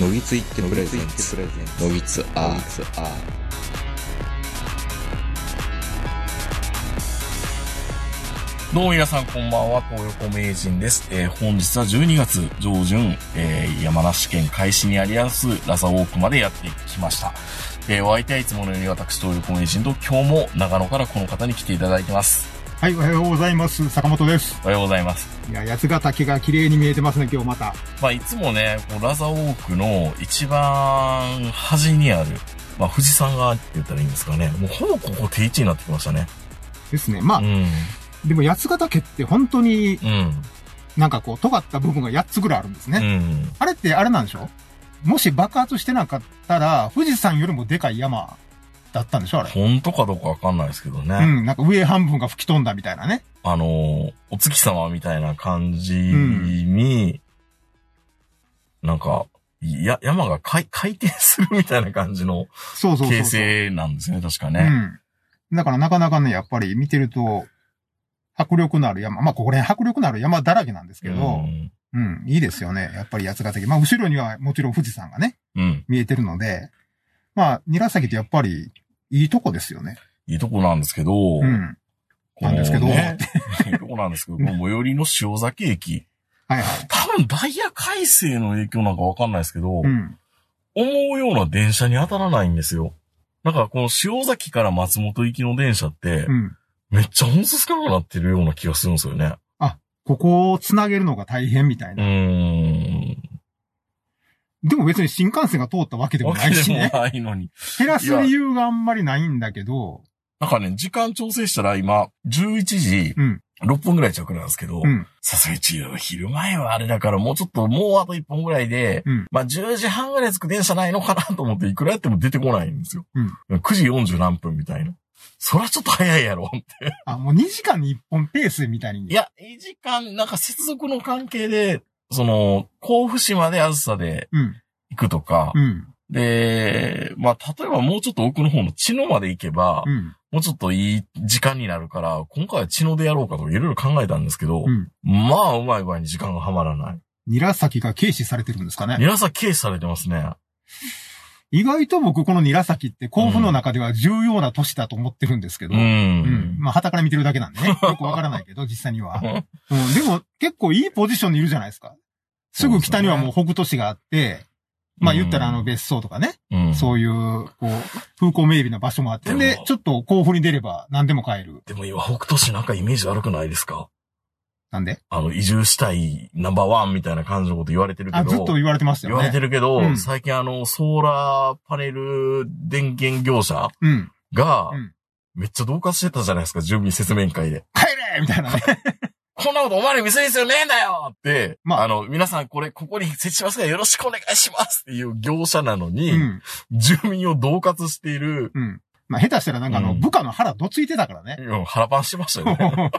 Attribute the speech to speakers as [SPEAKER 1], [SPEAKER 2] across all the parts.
[SPEAKER 1] のぎついってプレゼンツ
[SPEAKER 2] レゼン
[SPEAKER 1] のぎつアーツア
[SPEAKER 3] どうも皆さんこんばんは、東横名人です。えー本日は12月上旬、えー山梨県海市にありますラザウォークまでやってきました。えーお相手はいつものように私、東横名人と今日も長野からこの方に来ていただいてます。
[SPEAKER 4] はい、おはようございます。坂本です。
[SPEAKER 3] おはようございます。
[SPEAKER 4] いや、八ヶ岳が綺麗に見えてますね、今日また。
[SPEAKER 3] まあ、いつもね、こうラザウォークの一番端にある、まあ、富士山がって言ったらいいんですかね。もうほぼここ定位置になってきましたね。
[SPEAKER 4] ですね。まあ、
[SPEAKER 3] うん。
[SPEAKER 4] でも八ヶ岳って本当に
[SPEAKER 3] うん。
[SPEAKER 4] なんかこう、尖った部分が8つぐらいあるんですね。
[SPEAKER 3] うん。
[SPEAKER 4] あれってあれなんでしょもし爆発してなかったら、富士山よりもでかい山だったんでしょあれ。
[SPEAKER 3] 本当かどうかわかんないですけどね。
[SPEAKER 4] うん、なんか上半分が吹き飛んだみたいなね。
[SPEAKER 3] あのー、お月様みたいな感じに、なんか、いや、山が回回転するみたいな感じの
[SPEAKER 4] そうそうそうそう。
[SPEAKER 3] 形成なんですね、確か
[SPEAKER 4] う
[SPEAKER 3] ね。
[SPEAKER 4] ん。だからなかなかね、やっぱり見てると、迫力のある山。まあ、ここら辺迫力のある山だらけなんですけど、
[SPEAKER 3] ん。
[SPEAKER 4] うん、いいですよね。やっぱり八ヶ岳。まあ、後ろにはもちろん富士山がね、
[SPEAKER 3] うん。
[SPEAKER 4] 見えてるので、まあ、韮崎ってやっぱりいいとこですよね。
[SPEAKER 3] いいとこなんですけど、
[SPEAKER 4] うん。
[SPEAKER 3] この
[SPEAKER 4] なんですけど
[SPEAKER 3] ね いいとこなんですけど、この最寄りの塩崎駅。
[SPEAKER 4] はいはい。
[SPEAKER 3] 多分ダイヤ改正の影響なんかわかんないですけど、
[SPEAKER 4] うん。
[SPEAKER 3] 思うような電車に当たらないんですよ。なんかこの塩崎から松本行きの電車って、
[SPEAKER 4] うん。
[SPEAKER 3] めっちゃ本数少なくなってるような気がするんですよね。
[SPEAKER 4] ここをつなげるのが大変みたいうな。
[SPEAKER 3] ーん。
[SPEAKER 4] でも別に新幹線が通ったわけでも
[SPEAKER 3] わ
[SPEAKER 4] な
[SPEAKER 3] け
[SPEAKER 4] い
[SPEAKER 3] で
[SPEAKER 4] し
[SPEAKER 3] も
[SPEAKER 4] ね。
[SPEAKER 3] ないのに。
[SPEAKER 4] 減らす理由があんまりないんだけど、
[SPEAKER 3] なんかね、時間調整したら今、11時
[SPEAKER 4] うん。
[SPEAKER 3] 6分ぐらい着なんですけど
[SPEAKER 4] う、ん。
[SPEAKER 3] さすがに昼昼前はあれだからもうちょっと、もうあと1本ぐらいで、
[SPEAKER 4] うん
[SPEAKER 3] まあ10時半ぐらい着く電車ないのかなと思っていくらやっても出てこないんですよ。9時40何分みたいな。そりゃちょっと早いやろ。
[SPEAKER 4] あ、もう2時間に1本ペースみたいに。
[SPEAKER 3] いや、いい時間、なんか接続の関係で、その、甲府市まであずさで
[SPEAKER 4] うん。
[SPEAKER 3] 行くとか
[SPEAKER 4] う、ん。
[SPEAKER 3] で、まあ、例えばもうちょっと奥の方の知野まで行けば、
[SPEAKER 4] うん。
[SPEAKER 3] もうちょっといい時間になるから、今回は知野でやろうかとかいろいろ考えたんですけど、
[SPEAKER 4] うん。
[SPEAKER 3] まあ、うまい場合に時間がはまらない。
[SPEAKER 4] 韮崎が軽視されてるんですかね。
[SPEAKER 3] 皆さん軽視されてますね。
[SPEAKER 4] 意外と僕この韮崎って甲府の中では重要な都市だと思ってるんですけど、
[SPEAKER 3] うん。
[SPEAKER 4] うん。まあ、旗から見てるだけな んでね。よくわからないけど、実際には。うん。でも、結構いいポジションにいるじゃないですか。すぐ北にはもう北斗市があって、まあ言ったらあの別荘とかね、
[SPEAKER 3] うん
[SPEAKER 4] そういう、こう、風光明媚な場所もあって、
[SPEAKER 3] でも
[SPEAKER 4] で、ちょっと甲府に出れば何でも買える。
[SPEAKER 3] でも今、北斗市なんかイメージ悪くないですか
[SPEAKER 4] なんで
[SPEAKER 3] あの、移住したいナンバーワンみたいな感じのこと言われてるけ
[SPEAKER 4] あ、
[SPEAKER 3] ど。
[SPEAKER 4] ずっと言われてました
[SPEAKER 3] 言
[SPEAKER 4] よね。
[SPEAKER 3] われてるけど、
[SPEAKER 4] うん
[SPEAKER 3] 最近あの、ソーラーパネル電源業者
[SPEAKER 4] うん。
[SPEAKER 3] が
[SPEAKER 4] うん、
[SPEAKER 3] めっちゃ同化してたじゃないですか、準備説明会で。
[SPEAKER 4] 帰れみたいなね。
[SPEAKER 3] こんなことお前ら見せる必要ねえんだよって、まあ、
[SPEAKER 4] まあ
[SPEAKER 3] あの、皆さんこれ、ここに設置しますからよろしくお願いしますっていう業者なのに、
[SPEAKER 4] うん。
[SPEAKER 3] 住民を同化している、
[SPEAKER 4] うん。まあ下手したらなんかあ
[SPEAKER 3] う
[SPEAKER 4] の、
[SPEAKER 3] ん
[SPEAKER 4] 部下の腹どついてたからね。
[SPEAKER 3] うん腹パンしてましたよね。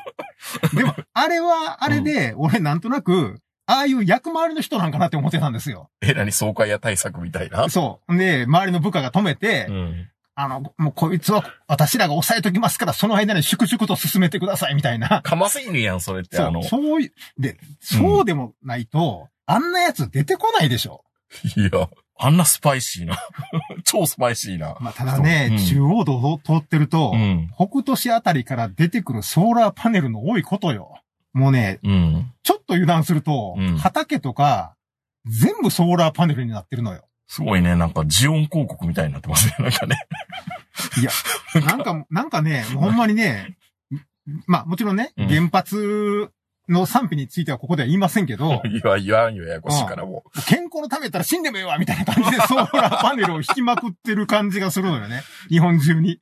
[SPEAKER 4] でも、あれは、あれで、俺なんとなく、ああいう役回りの人なんかなって思ってたんですよ。
[SPEAKER 3] えらに爽快や対策みたいな。
[SPEAKER 4] そう。で、周りの部下が止めて、
[SPEAKER 3] うん
[SPEAKER 4] あの、もうこいつは私らが抑えときますから、その間に粛々と進めてください、みたい な。
[SPEAKER 3] かませ犬やん、それって、
[SPEAKER 4] そ
[SPEAKER 3] あの
[SPEAKER 4] う、。そういう、で、そうでもないと、あんなやつ出てこないでしょ。
[SPEAKER 3] いや、あんなスパイシーな。 超スパイシーな。
[SPEAKER 4] まあ、ただね、
[SPEAKER 3] そう
[SPEAKER 4] 中央道を通ってると、
[SPEAKER 3] うん。
[SPEAKER 4] 北斗市あたりから出てくるソーラーパネルの多いことよ。もうね、
[SPEAKER 3] うん。
[SPEAKER 4] ちょっと油断すると、
[SPEAKER 3] うん
[SPEAKER 4] 畑とか、全部ソーラーパネルになってるのよ。
[SPEAKER 3] すごいね、なんか、ジオン広告みたいになってますね、 なんかね。
[SPEAKER 4] いや、なんか、なんかね、もうほんまにね、まあもちろんね、
[SPEAKER 3] うん
[SPEAKER 4] 原発の賛否についてはここでは言いませんけど、
[SPEAKER 3] いや、言わんよ、ややこしいからも
[SPEAKER 4] 健康のためやったら死んでもええわみたいな感 じでソーラーパネルを引きまくってる感じがするのよね。日本中に。
[SPEAKER 3] う。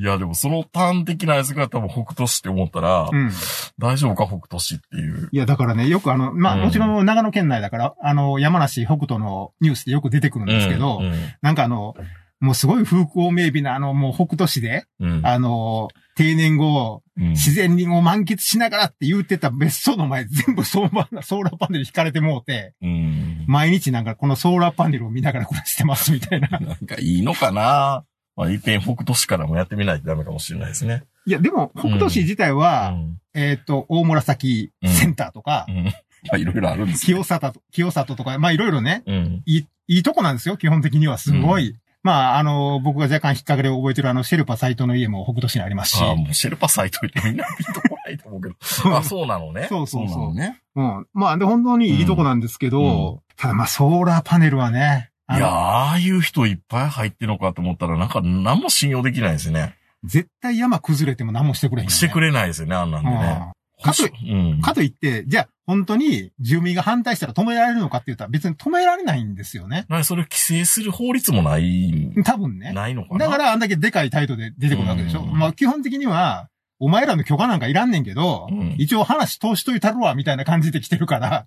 [SPEAKER 3] いや、でも、その端的なやつが多分、北斗市って思ったら、
[SPEAKER 4] うん。
[SPEAKER 3] 大丈夫か、北斗市っていう。
[SPEAKER 4] いや、だからね、よくあの、まあ
[SPEAKER 3] うん
[SPEAKER 4] もちろん長野県内だから、あの、山梨北斗のニュースでよく出てくるんですけど、
[SPEAKER 3] うん。
[SPEAKER 4] なんかあの、もうすごい風光明媚な、あの、もう北斗市で、
[SPEAKER 3] うん。
[SPEAKER 4] あの、定年
[SPEAKER 3] うん
[SPEAKER 4] 後、自然を満喫しながらって言ってた別荘の前全部ソーラーソーラーパネル引かれてもうて、
[SPEAKER 3] うん。
[SPEAKER 4] 毎日なんかこのソーラーパネルを見ながら暮らしてますみたいな。
[SPEAKER 3] なんか、いいのかなまあ、いっぺん北斗市からもやってみないとダメかもしれ ないですね。
[SPEAKER 4] いや、でも北斗市自体
[SPEAKER 3] う
[SPEAKER 4] は、
[SPEAKER 3] ん。
[SPEAKER 4] えっ、と、大紫センターとか
[SPEAKER 3] う、ん。まあ、いろいろあるんですけど。
[SPEAKER 4] 清里と、清里とか、まあいろいろね、
[SPEAKER 3] うん。
[SPEAKER 4] いいいいとこなんですよ、基本的には。すごい。まあ、あの、僕が若干引っ掛かりを覚えてるあの、シェルパ斎藤の家も北斗市にありますし。
[SPEAKER 3] ああ、もうシェルパサイトってみんなピンとこないと思うけど。あ、そうなのね。
[SPEAKER 4] そうそうそう
[SPEAKER 3] なのね。
[SPEAKER 4] うん。まあ、で、本当にいいとこなんですけど、
[SPEAKER 3] うんう
[SPEAKER 4] ただまあ、ソーラーパネルはね、
[SPEAKER 3] い
[SPEAKER 4] あの
[SPEAKER 3] やー、ああいう人いっぱい入ってるのかと思ったら、なんか何も信用できないですね。
[SPEAKER 4] 絶対山崩れても何もしてくれへんよね、
[SPEAKER 3] してくれないですよね、あんなんでね。
[SPEAKER 4] うんかと
[SPEAKER 3] ほしうん
[SPEAKER 4] うん。かといって、じゃあ、本当に住民が反対したら止められるのかって言ったら別に止められないんですよね。
[SPEAKER 3] なんかそれを規制する法律もない、
[SPEAKER 4] 多分ね。
[SPEAKER 3] ないのかな。
[SPEAKER 4] だか、ら、あんだけでかい態度で出てくるわけでしょ。
[SPEAKER 3] うん
[SPEAKER 4] まあ、基本的には、お前らの許可なんかいらんねんけど、
[SPEAKER 3] うん
[SPEAKER 4] 一応話通しといたるわ、みたいな感じで来てるから。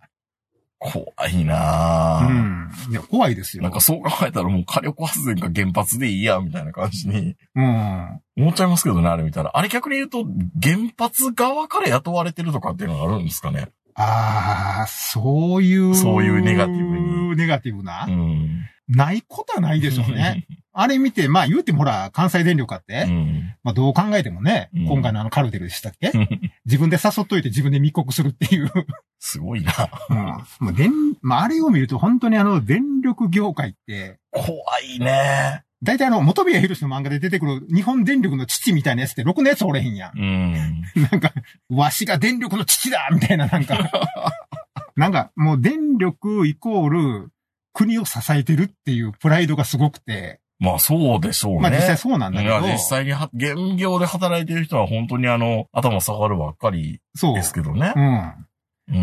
[SPEAKER 3] 怖いなー
[SPEAKER 4] うん。いや、怖いですよ。
[SPEAKER 3] なんかそう考えたらもう火力発電か原発でいいや、みたいな感じに
[SPEAKER 4] うん。
[SPEAKER 3] 思っちゃいますけどね、あれ見たら。あれ逆に言うと、原発側から雇われてるとかっていうのがあるんですかね。
[SPEAKER 4] ああ、そういう。
[SPEAKER 3] そういうネガティブに。
[SPEAKER 4] ネガティブな、
[SPEAKER 3] うん。
[SPEAKER 4] ないことはないでしょう ね。あれ見て、まあ言うてもほら、関西電力あって、
[SPEAKER 3] うん。
[SPEAKER 4] まあどう考えてもね、
[SPEAKER 3] うん
[SPEAKER 4] 今回のあのカルテルでしたっ け、
[SPEAKER 3] うん
[SPEAKER 4] 自分で誘っといて自分で密告するっていう。
[SPEAKER 3] すごいな。
[SPEAKER 4] うん。まあ、電、まああれを見ると本当にあの、電力業界って、
[SPEAKER 3] 怖いね。
[SPEAKER 4] 大体あの、元宮博の漫画で出てくる日本電力の父みたいなやつってろくなやつおれへんや
[SPEAKER 3] うん。
[SPEAKER 4] ん。なんか、わしが電力の父だみたいななんか。なんか、もう電力イコール国を支えてるっていうプライドがすごくて、
[SPEAKER 3] まあそうでしょうね。
[SPEAKER 4] まあ実際そうなんだ
[SPEAKER 3] い
[SPEAKER 4] け
[SPEAKER 3] や
[SPEAKER 4] ど、
[SPEAKER 3] 実際には、現業で働いてる人は本当にあの、頭下がるばっかり
[SPEAKER 4] そう。
[SPEAKER 3] ですけどね
[SPEAKER 4] う。ん。
[SPEAKER 3] う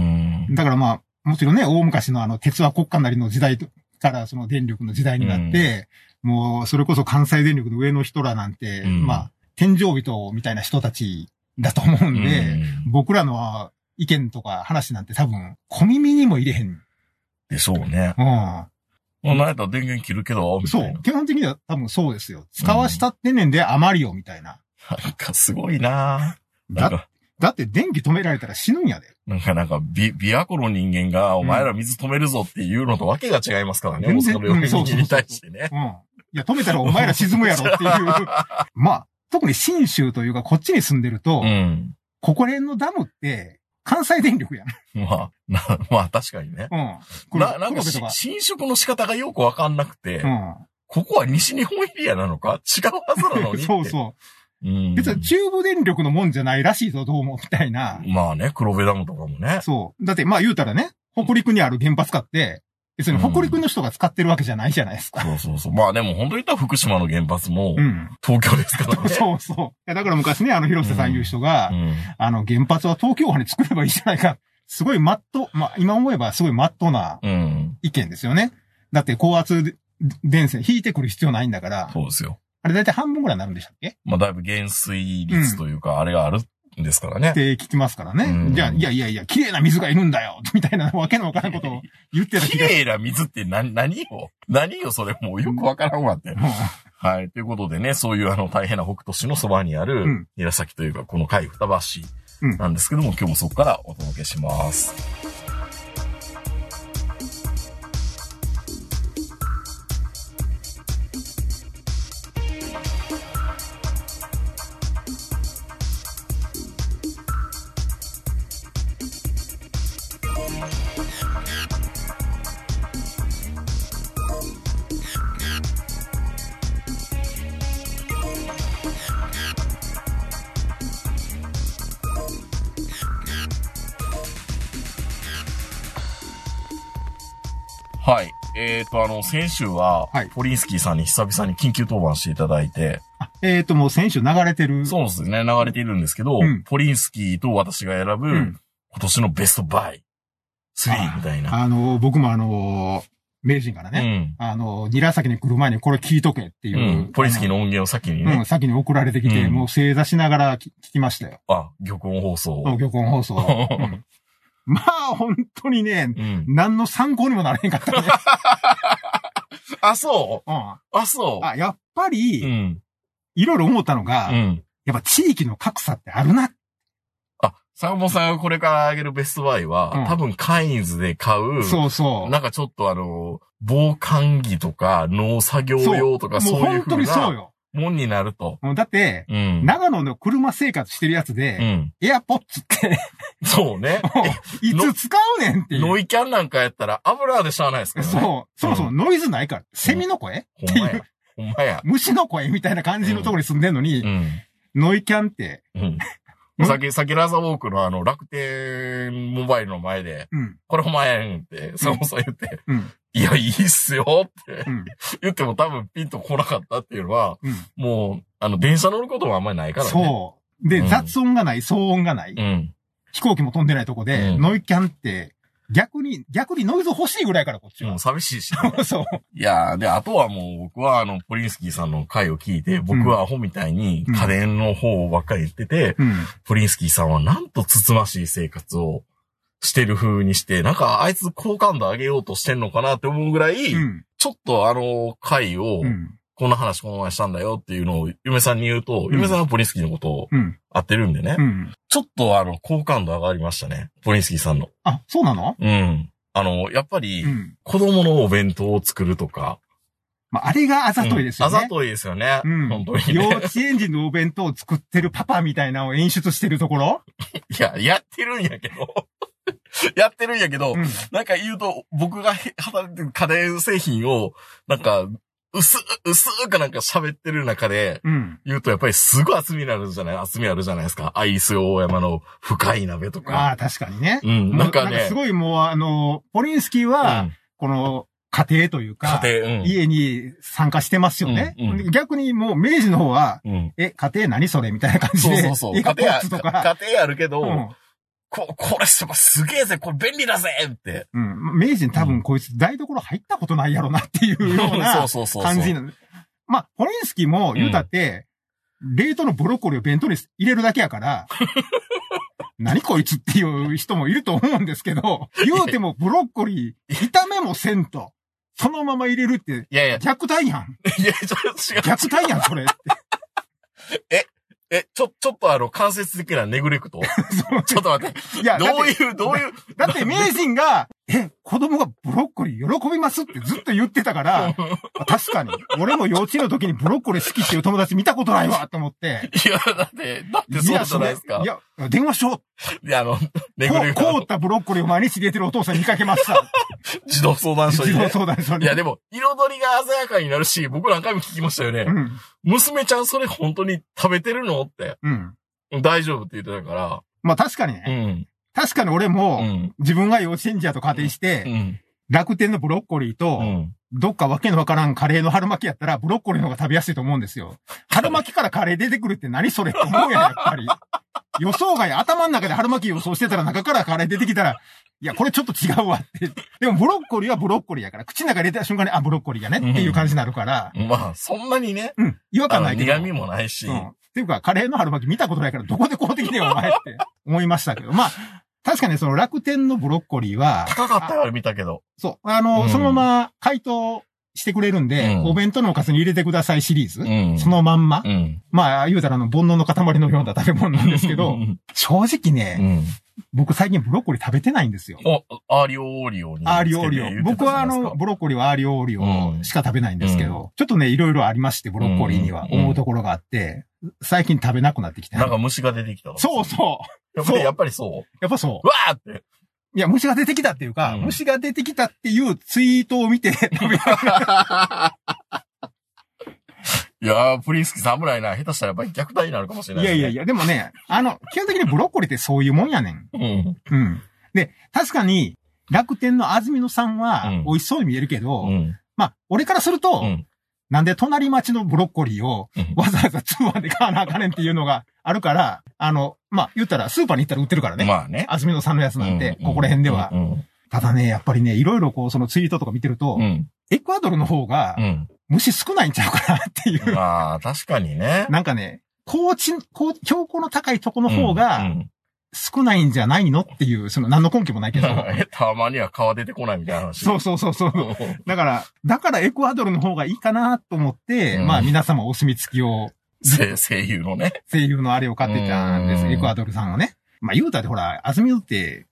[SPEAKER 3] ん。
[SPEAKER 4] だからまあ、もちろんね、大昔のあの、鉄は国家なりの時代とからその電力の時代になって、もう、それこそ関西電力の上の人らなんて、
[SPEAKER 3] うん
[SPEAKER 4] まあ、天井人みたいな人たちだと思う
[SPEAKER 3] うん
[SPEAKER 4] で、
[SPEAKER 3] ん
[SPEAKER 4] 僕らの意見とか話なんて多分、小耳にも入れへん。
[SPEAKER 3] でしょうね。
[SPEAKER 4] う
[SPEAKER 3] もうなんやったら電源切るけど、
[SPEAKER 4] ん。
[SPEAKER 3] み
[SPEAKER 4] そ
[SPEAKER 3] たいうな。。
[SPEAKER 4] 基本的には多分そうですよ。使わしたってんねんで余りよ、みたいな。
[SPEAKER 3] なんかすごいななん
[SPEAKER 4] だ、
[SPEAKER 3] か、
[SPEAKER 4] だって電気止められたら死ぬんやで。
[SPEAKER 3] なんか、なんか、び、琵琶湖の人間が、お前ら水止めるぞっていうのとわけが違いますからね。
[SPEAKER 4] 全
[SPEAKER 3] 大
[SPEAKER 4] 然
[SPEAKER 3] 阪の病
[SPEAKER 4] うんそうそう
[SPEAKER 3] 人
[SPEAKER 4] そう
[SPEAKER 3] に対してね。
[SPEAKER 4] うん。いや、止めたらお前ら沈むやろっていう。 まあ、特に信州というか、こっちに住んでると、
[SPEAKER 3] うん。
[SPEAKER 4] ここら辺のダムって、関西電力やん。
[SPEAKER 3] まあ、な、 まあ確かにね。
[SPEAKER 4] うん。これ
[SPEAKER 3] な、なんか
[SPEAKER 4] 黒部
[SPEAKER 3] し
[SPEAKER 4] とか、
[SPEAKER 3] 侵食の仕方がよくわかんなくて、
[SPEAKER 4] う
[SPEAKER 3] ここは西日本エリアなのか違うはずなのにっ
[SPEAKER 4] ん。
[SPEAKER 3] て。
[SPEAKER 4] そうそうう。
[SPEAKER 3] ん。
[SPEAKER 4] 別に中部電力のもんじゃないらしいぞ、どうも、みたいな。
[SPEAKER 3] まあね、黒部ダムとかもね。
[SPEAKER 4] そう。だって、まあ言うたらね、北陸にある原発買って、別に北陸の人が使ってるわけじゃないじゃないですか。
[SPEAKER 3] そうそうそう。まあでも本当に言ったら福島の原発も
[SPEAKER 4] うん。
[SPEAKER 3] 東京ですからね。
[SPEAKER 4] そうそう。いやだから昔ね、あの、広瀬さんいう人が、
[SPEAKER 3] うん。
[SPEAKER 4] あの、原発は東京湾に作ればいいじゃないか。すごいまっとう、まあ今思えばすごいまっとうな
[SPEAKER 3] うん。
[SPEAKER 4] 意見ですよね。だって高圧電線引いてくる必要ないんだから、
[SPEAKER 3] そうですよ。
[SPEAKER 4] あれだいたい半分ぐらいになるんでしたっけ
[SPEAKER 3] まあだいぶ減衰率というか、あれがあるんですからね
[SPEAKER 4] っ。て聞きますから
[SPEAKER 3] う
[SPEAKER 4] ね。
[SPEAKER 3] ん
[SPEAKER 4] じゃあ、いやいやいや、綺麗な水がいるんだよみたいなわけのわからんことを言ってた
[SPEAKER 3] 綺
[SPEAKER 4] 気が
[SPEAKER 3] 麗な水って何、何よ何よそれもうよくわからんわって。はい。ということでね、そういうあの大変な北斗市のそばにあ
[SPEAKER 4] う
[SPEAKER 3] る
[SPEAKER 4] ん、
[SPEAKER 3] 平崎というか、この海双橋
[SPEAKER 4] うん
[SPEAKER 3] なんですけども、今日もそこからお届けします。はい。えっ、と、あの、先週は
[SPEAKER 4] はい、
[SPEAKER 3] ポリンスキーさんに久々に緊急登板していただいて、
[SPEAKER 4] うんえっと、もう先週流れてる。
[SPEAKER 3] そうですね、流れているんですけど、
[SPEAKER 4] うん
[SPEAKER 3] ポリンスキーと私が選ぶ、
[SPEAKER 4] うん
[SPEAKER 3] 今年のベストバイ、3みたいな。
[SPEAKER 4] あの、僕もあの、名人から
[SPEAKER 3] う
[SPEAKER 4] ね、あの、ニラ崎に来る前にこれ聞いとけってい
[SPEAKER 3] ん。
[SPEAKER 4] う。
[SPEAKER 3] うん。ポリンスキーの音源を先に
[SPEAKER 4] あの。う
[SPEAKER 3] ね
[SPEAKER 4] ん、、先に送られてきて、
[SPEAKER 3] うん
[SPEAKER 4] もう正座しながら聞聞きましたよ。
[SPEAKER 3] あ、玉音放送。
[SPEAKER 4] 東京本放送。うん まあ、本当にね、
[SPEAKER 3] うん。
[SPEAKER 4] 何の参考にもなれへんかったね。
[SPEAKER 3] あ、そうう。あ、そ
[SPEAKER 4] ん。あ、やっぱ
[SPEAKER 3] う。う
[SPEAKER 4] り、
[SPEAKER 3] ん。
[SPEAKER 4] いろいろ思ったの
[SPEAKER 3] う
[SPEAKER 4] が、
[SPEAKER 3] ん。
[SPEAKER 4] やっぱ地域の格差ってあるな。
[SPEAKER 3] あ、坂本さんがこれからあげるベストバイは、
[SPEAKER 4] うん
[SPEAKER 3] 多分カインズで買う、
[SPEAKER 4] そうそう。
[SPEAKER 3] なんかちょっとあの、防寒着とか、農作業用とか
[SPEAKER 4] も
[SPEAKER 3] そうういう
[SPEAKER 4] 本
[SPEAKER 3] 風
[SPEAKER 4] 当にそう
[SPEAKER 3] な
[SPEAKER 4] よ。
[SPEAKER 3] もんになると。
[SPEAKER 4] うんだって、
[SPEAKER 3] うん。
[SPEAKER 4] 長野の車生活してるやつ
[SPEAKER 3] う
[SPEAKER 4] で、
[SPEAKER 3] ん。
[SPEAKER 4] エアポッツって、
[SPEAKER 3] そうね。
[SPEAKER 4] いつ使うねんってい
[SPEAKER 3] ノ
[SPEAKER 4] う。
[SPEAKER 3] イキャンなんかやったら油でしゃあないですからね。
[SPEAKER 4] そう。そもそもノイズないから。セミの声
[SPEAKER 3] ほんまや。ほんまや。
[SPEAKER 4] 虫の声みたいな感じのところに住んでんの
[SPEAKER 3] う
[SPEAKER 4] に、
[SPEAKER 3] ん。
[SPEAKER 4] ノイキャンって、
[SPEAKER 3] うん。さっき、さっきラザウォークのあの、楽天モバイルの前で、
[SPEAKER 4] うん、
[SPEAKER 3] これお前やんって、そもそも言って、
[SPEAKER 4] うん、
[SPEAKER 3] いや、いいっすよって
[SPEAKER 4] うん、
[SPEAKER 3] 言っても多分ピンと来な かったっていうのは、
[SPEAKER 4] うん。
[SPEAKER 3] もう、あの、電車乗ることもあんまりないからね。
[SPEAKER 4] そう。で、
[SPEAKER 3] うん
[SPEAKER 4] 雑音がない、騒音がない、
[SPEAKER 3] うん。
[SPEAKER 4] 飛行機も飛んでないとこで、
[SPEAKER 3] うん
[SPEAKER 4] ノイキャンって、逆に、逆にノイズ欲しいぐらいからこっち
[SPEAKER 3] も
[SPEAKER 4] は
[SPEAKER 3] う。寂しいしね、
[SPEAKER 4] そう。
[SPEAKER 3] いやー、で、あとはもう、僕はあの、ポリンスキーさんの回を聞いて、僕はアホみたいに家電の方ばっかり言ってて、
[SPEAKER 4] うん。
[SPEAKER 3] ポリンスキーさんはなんとつつましい生活をしてる風にして、なんかあいつ好感度上げようとしてんのかなって思うぐらい、
[SPEAKER 4] うん。
[SPEAKER 3] ちょっとあの回を
[SPEAKER 4] う、ん。
[SPEAKER 3] こんな話この前したんだよっていうのを嫁さんに言うと、
[SPEAKER 4] ん
[SPEAKER 3] 嫁さんはポリンスキーのことを
[SPEAKER 4] うん。
[SPEAKER 3] 合ってるんでね、
[SPEAKER 4] うん。
[SPEAKER 3] ちょっとあの、好感度上がりましたね。ポリンスキーさんの。
[SPEAKER 4] あ、そうなの
[SPEAKER 3] うん。あの、やっぱり
[SPEAKER 4] う、ん。
[SPEAKER 3] 子供のお弁当を作るとか、
[SPEAKER 4] まあ、あれがあざといですよね。
[SPEAKER 3] うんあざといですよね。
[SPEAKER 4] うん
[SPEAKER 3] 本当に
[SPEAKER 4] 幼
[SPEAKER 3] ね。
[SPEAKER 4] 稚園児のお弁当を作ってるパパみたいなのを演出してるところ
[SPEAKER 3] いや、やってるんやけど。 やってるんやけど、
[SPEAKER 4] うん。
[SPEAKER 3] なんか言うと、僕がへ働いてる家電製品を、なんか、薄、薄くなんか喋ってる中で、
[SPEAKER 4] うん。
[SPEAKER 3] 言うとやっぱりすごい厚みになるじゃない、厚みあるじゃないですか。アイス大山の深い鍋と
[SPEAKER 4] あ
[SPEAKER 3] か。
[SPEAKER 4] あ、確かにね。
[SPEAKER 3] うん、なんか
[SPEAKER 4] もう
[SPEAKER 3] ね。
[SPEAKER 4] すごいもう、あの、ポリンスキーは、
[SPEAKER 3] うん
[SPEAKER 4] この、家庭というか、
[SPEAKER 3] 家庭、うん。
[SPEAKER 4] 家に参加してますよね。
[SPEAKER 3] うんうん
[SPEAKER 4] で逆にもう明治の方は、
[SPEAKER 3] うん。
[SPEAKER 4] え、家庭何それみたいな感じ
[SPEAKER 3] そ
[SPEAKER 4] で。
[SPEAKER 3] うそうそう。
[SPEAKER 4] エ
[SPEAKER 3] 家
[SPEAKER 4] アポ
[SPEAKER 3] 庭あ
[SPEAKER 4] ッツとか。
[SPEAKER 3] 家庭あるけど、
[SPEAKER 4] うん
[SPEAKER 3] こ、これすすげえぜ、これ便利だぜって。
[SPEAKER 4] うん。明治に多分こいつ台所入ったことないやろなっていうよ う
[SPEAKER 3] そ
[SPEAKER 4] な
[SPEAKER 3] うそうそうそう。
[SPEAKER 4] 感じなの。まあ、ホリンスキーも言うたって、冷凍のブロッコリーを弁当に入れるだけや から、何こいつっていう人もいると思うんですけど、言うてもブロッコリー、炒めもせんと、そのまま入れるって、
[SPEAKER 3] いやいや、
[SPEAKER 4] 虐待やん。
[SPEAKER 3] いや、ちょっと違う。
[SPEAKER 4] 虐待やん、それって。
[SPEAKER 3] え、ちょ、ちょっとあの、間接的なネグレクト
[SPEAKER 4] そう
[SPEAKER 3] ちょっと待って。
[SPEAKER 4] いや、だ
[SPEAKER 3] ど
[SPEAKER 4] っ
[SPEAKER 3] う
[SPEAKER 4] て
[SPEAKER 3] いう、どういう。
[SPEAKER 4] だって名人が、え、子供がブロッコリー喜びますってずっと言ってたから、 確かに、俺も幼稚園の時にブロッコリー好きっていう友達見たことないわと思って。
[SPEAKER 3] いや、だって、だってそうじゃ ないですか。
[SPEAKER 4] い
[SPEAKER 3] いや、
[SPEAKER 4] や、電話しよう。
[SPEAKER 3] あの、ネグ
[SPEAKER 4] こ
[SPEAKER 3] レ
[SPEAKER 4] う、
[SPEAKER 3] クト
[SPEAKER 4] 凍
[SPEAKER 3] の
[SPEAKER 4] ったブロッコリーを毎日入れてるお父さん見かけました。
[SPEAKER 3] 児童相談所
[SPEAKER 4] 児
[SPEAKER 3] に、
[SPEAKER 4] 童
[SPEAKER 3] ね。
[SPEAKER 4] 相談所に。
[SPEAKER 3] いや、でも、彩りが鮮やかになるし、僕何回も聞きましたよね。
[SPEAKER 4] うん、
[SPEAKER 3] 娘ちゃんそれ本当に食べてるのって。
[SPEAKER 4] うん。
[SPEAKER 3] 大丈夫って言ってたか
[SPEAKER 4] まあ確かに
[SPEAKER 3] ら。う
[SPEAKER 4] ね。
[SPEAKER 3] ん。
[SPEAKER 4] 確かに俺
[SPEAKER 3] う
[SPEAKER 4] も、
[SPEAKER 3] ん。
[SPEAKER 4] 自分が幼稚園児やと仮定して、
[SPEAKER 3] うん。
[SPEAKER 4] 楽天のブロッコリーと、
[SPEAKER 3] うん。
[SPEAKER 4] どっかわけのわからんカレーの春巻きやったら、ブロッコリーの方が食べやすいと思うんで すよ。春巻きからカレー出てくるって何それって思うやん、やっぱり。予想外、頭の中で春巻き予想してたら中からカレー出てきたら、いや、これちょっと違うわって。でも、ブロッコリーはブロッコリーやから、口の中入れた瞬間に、あ、ブロッコリーやねっていう感じになるから、
[SPEAKER 3] まあ、そんなにね、
[SPEAKER 4] うん、違和
[SPEAKER 3] あ
[SPEAKER 4] 感
[SPEAKER 3] の
[SPEAKER 4] ないけど。
[SPEAKER 3] 苦味もないし。
[SPEAKER 4] う。
[SPEAKER 3] うんん。
[SPEAKER 4] っていうか、カレーの春巻き見たことないから、どこでこうできねえよ、お前って思いましたけど。まあ、確かにその楽天のブロッコリーは、
[SPEAKER 3] 高かったから見たけど。
[SPEAKER 4] そう。あの、
[SPEAKER 3] うん
[SPEAKER 4] そのまま解凍してくれるんで、
[SPEAKER 3] うん
[SPEAKER 4] お弁当のおかずに入れてくださいシリーズ、
[SPEAKER 3] うん。
[SPEAKER 4] そのまんま。
[SPEAKER 3] うん。
[SPEAKER 4] まあ、言うたらあの、煩悩の塊のような食べ物なんですけ
[SPEAKER 3] う
[SPEAKER 4] ど、
[SPEAKER 3] ん。
[SPEAKER 4] 正
[SPEAKER 3] う
[SPEAKER 4] 直ね、
[SPEAKER 3] ん
[SPEAKER 4] 僕最近ブロッコリー食べてないんですよ。
[SPEAKER 3] お、アーリオオーリオにつけて
[SPEAKER 4] アーリオオーリ
[SPEAKER 3] 言って
[SPEAKER 4] オ。
[SPEAKER 3] た
[SPEAKER 4] 僕は
[SPEAKER 3] じゃ
[SPEAKER 4] あ
[SPEAKER 3] ない
[SPEAKER 4] の、
[SPEAKER 3] ですか
[SPEAKER 4] ブロッコリーはアーリオオーリ
[SPEAKER 3] うん
[SPEAKER 4] オしか食べないんですけど、ちょっとね、いろいろありまして、ブロッコリーには
[SPEAKER 3] うん
[SPEAKER 4] 思うところがあって、最近食べなくなってきて。
[SPEAKER 3] なんか虫が出てきたわ
[SPEAKER 4] そうそう。
[SPEAKER 3] やっぱり、
[SPEAKER 4] そう
[SPEAKER 3] やっぱりそう。
[SPEAKER 4] やっぱそう。
[SPEAKER 3] わー って。
[SPEAKER 4] いや、虫が出てきたっていうか、
[SPEAKER 3] うん
[SPEAKER 4] 虫が出てきたっていうツイートを見 て食べ
[SPEAKER 3] いやー、プリンスキー侍な、下手したらやっぱり虐待になるかもしれないい、
[SPEAKER 4] やいやい
[SPEAKER 3] や。
[SPEAKER 4] や、でもね、あの、基本的にブロッコリーってそういうもんやねん。
[SPEAKER 3] うん。
[SPEAKER 4] うん。で、確かに、楽天の安住野さんは
[SPEAKER 3] うん
[SPEAKER 4] 美味しそうに見えるけど、
[SPEAKER 3] うん。
[SPEAKER 4] まあ、俺からすると、
[SPEAKER 3] うん
[SPEAKER 4] なんで隣町のブロッコリーを
[SPEAKER 3] うん
[SPEAKER 4] わざわざ通販で買わなあかねんっていうのがあるから、あの、まあ、言ったらスーパーに行ったら売ってるからね。
[SPEAKER 3] まあね。
[SPEAKER 4] 安住野さんのやつなんて、
[SPEAKER 3] う
[SPEAKER 4] ここら辺では。
[SPEAKER 3] うん。
[SPEAKER 4] ただね、やっぱりね、いろいろこう、そのツイートとか見てると、
[SPEAKER 3] うん。
[SPEAKER 4] エクアドルの方が
[SPEAKER 3] うん。
[SPEAKER 4] 虫少ないんちゃうかなっていう
[SPEAKER 3] うんまあ、確かにね。
[SPEAKER 4] なんかね、高地、高、標高の高いとこの方が
[SPEAKER 3] うん
[SPEAKER 4] 少ないんじゃないのっていう、その何の根拠もないけ
[SPEAKER 3] うん
[SPEAKER 4] ど。
[SPEAKER 3] え たまには皮出てこないみたいな話。
[SPEAKER 4] そうそうそうそう。
[SPEAKER 3] うん。
[SPEAKER 4] だから、だからエクアドルの方がいいかなと思って、
[SPEAKER 3] うん
[SPEAKER 4] まあ皆様お墨付きを、
[SPEAKER 3] 声声優のね。
[SPEAKER 4] 声優のあれを買ってたんです。
[SPEAKER 3] うん
[SPEAKER 4] エクアドルさんをね。まあ言うたってほら、アズミドって、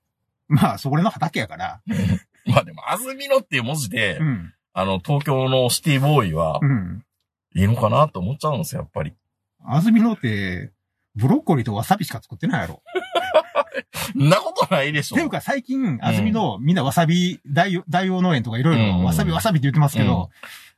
[SPEAKER 4] まあそこらの畑やから。
[SPEAKER 3] まあでも、安曇野っていう文字で
[SPEAKER 4] う、ん。
[SPEAKER 3] あの、東京のシティボーイは
[SPEAKER 4] う、ん。
[SPEAKER 3] いいのかなと思っちゃうんですよ、やっぱり。
[SPEAKER 4] 安住のって、ブロッコリーとわさびしか作ってないやろ。
[SPEAKER 3] んなことないでし
[SPEAKER 4] っ
[SPEAKER 3] ょ。
[SPEAKER 4] ていうか最近、安住のみんなわさび大、大王農園とかいろい
[SPEAKER 3] うん
[SPEAKER 4] ろわさびわさびって言ってますけ
[SPEAKER 3] う
[SPEAKER 4] ど、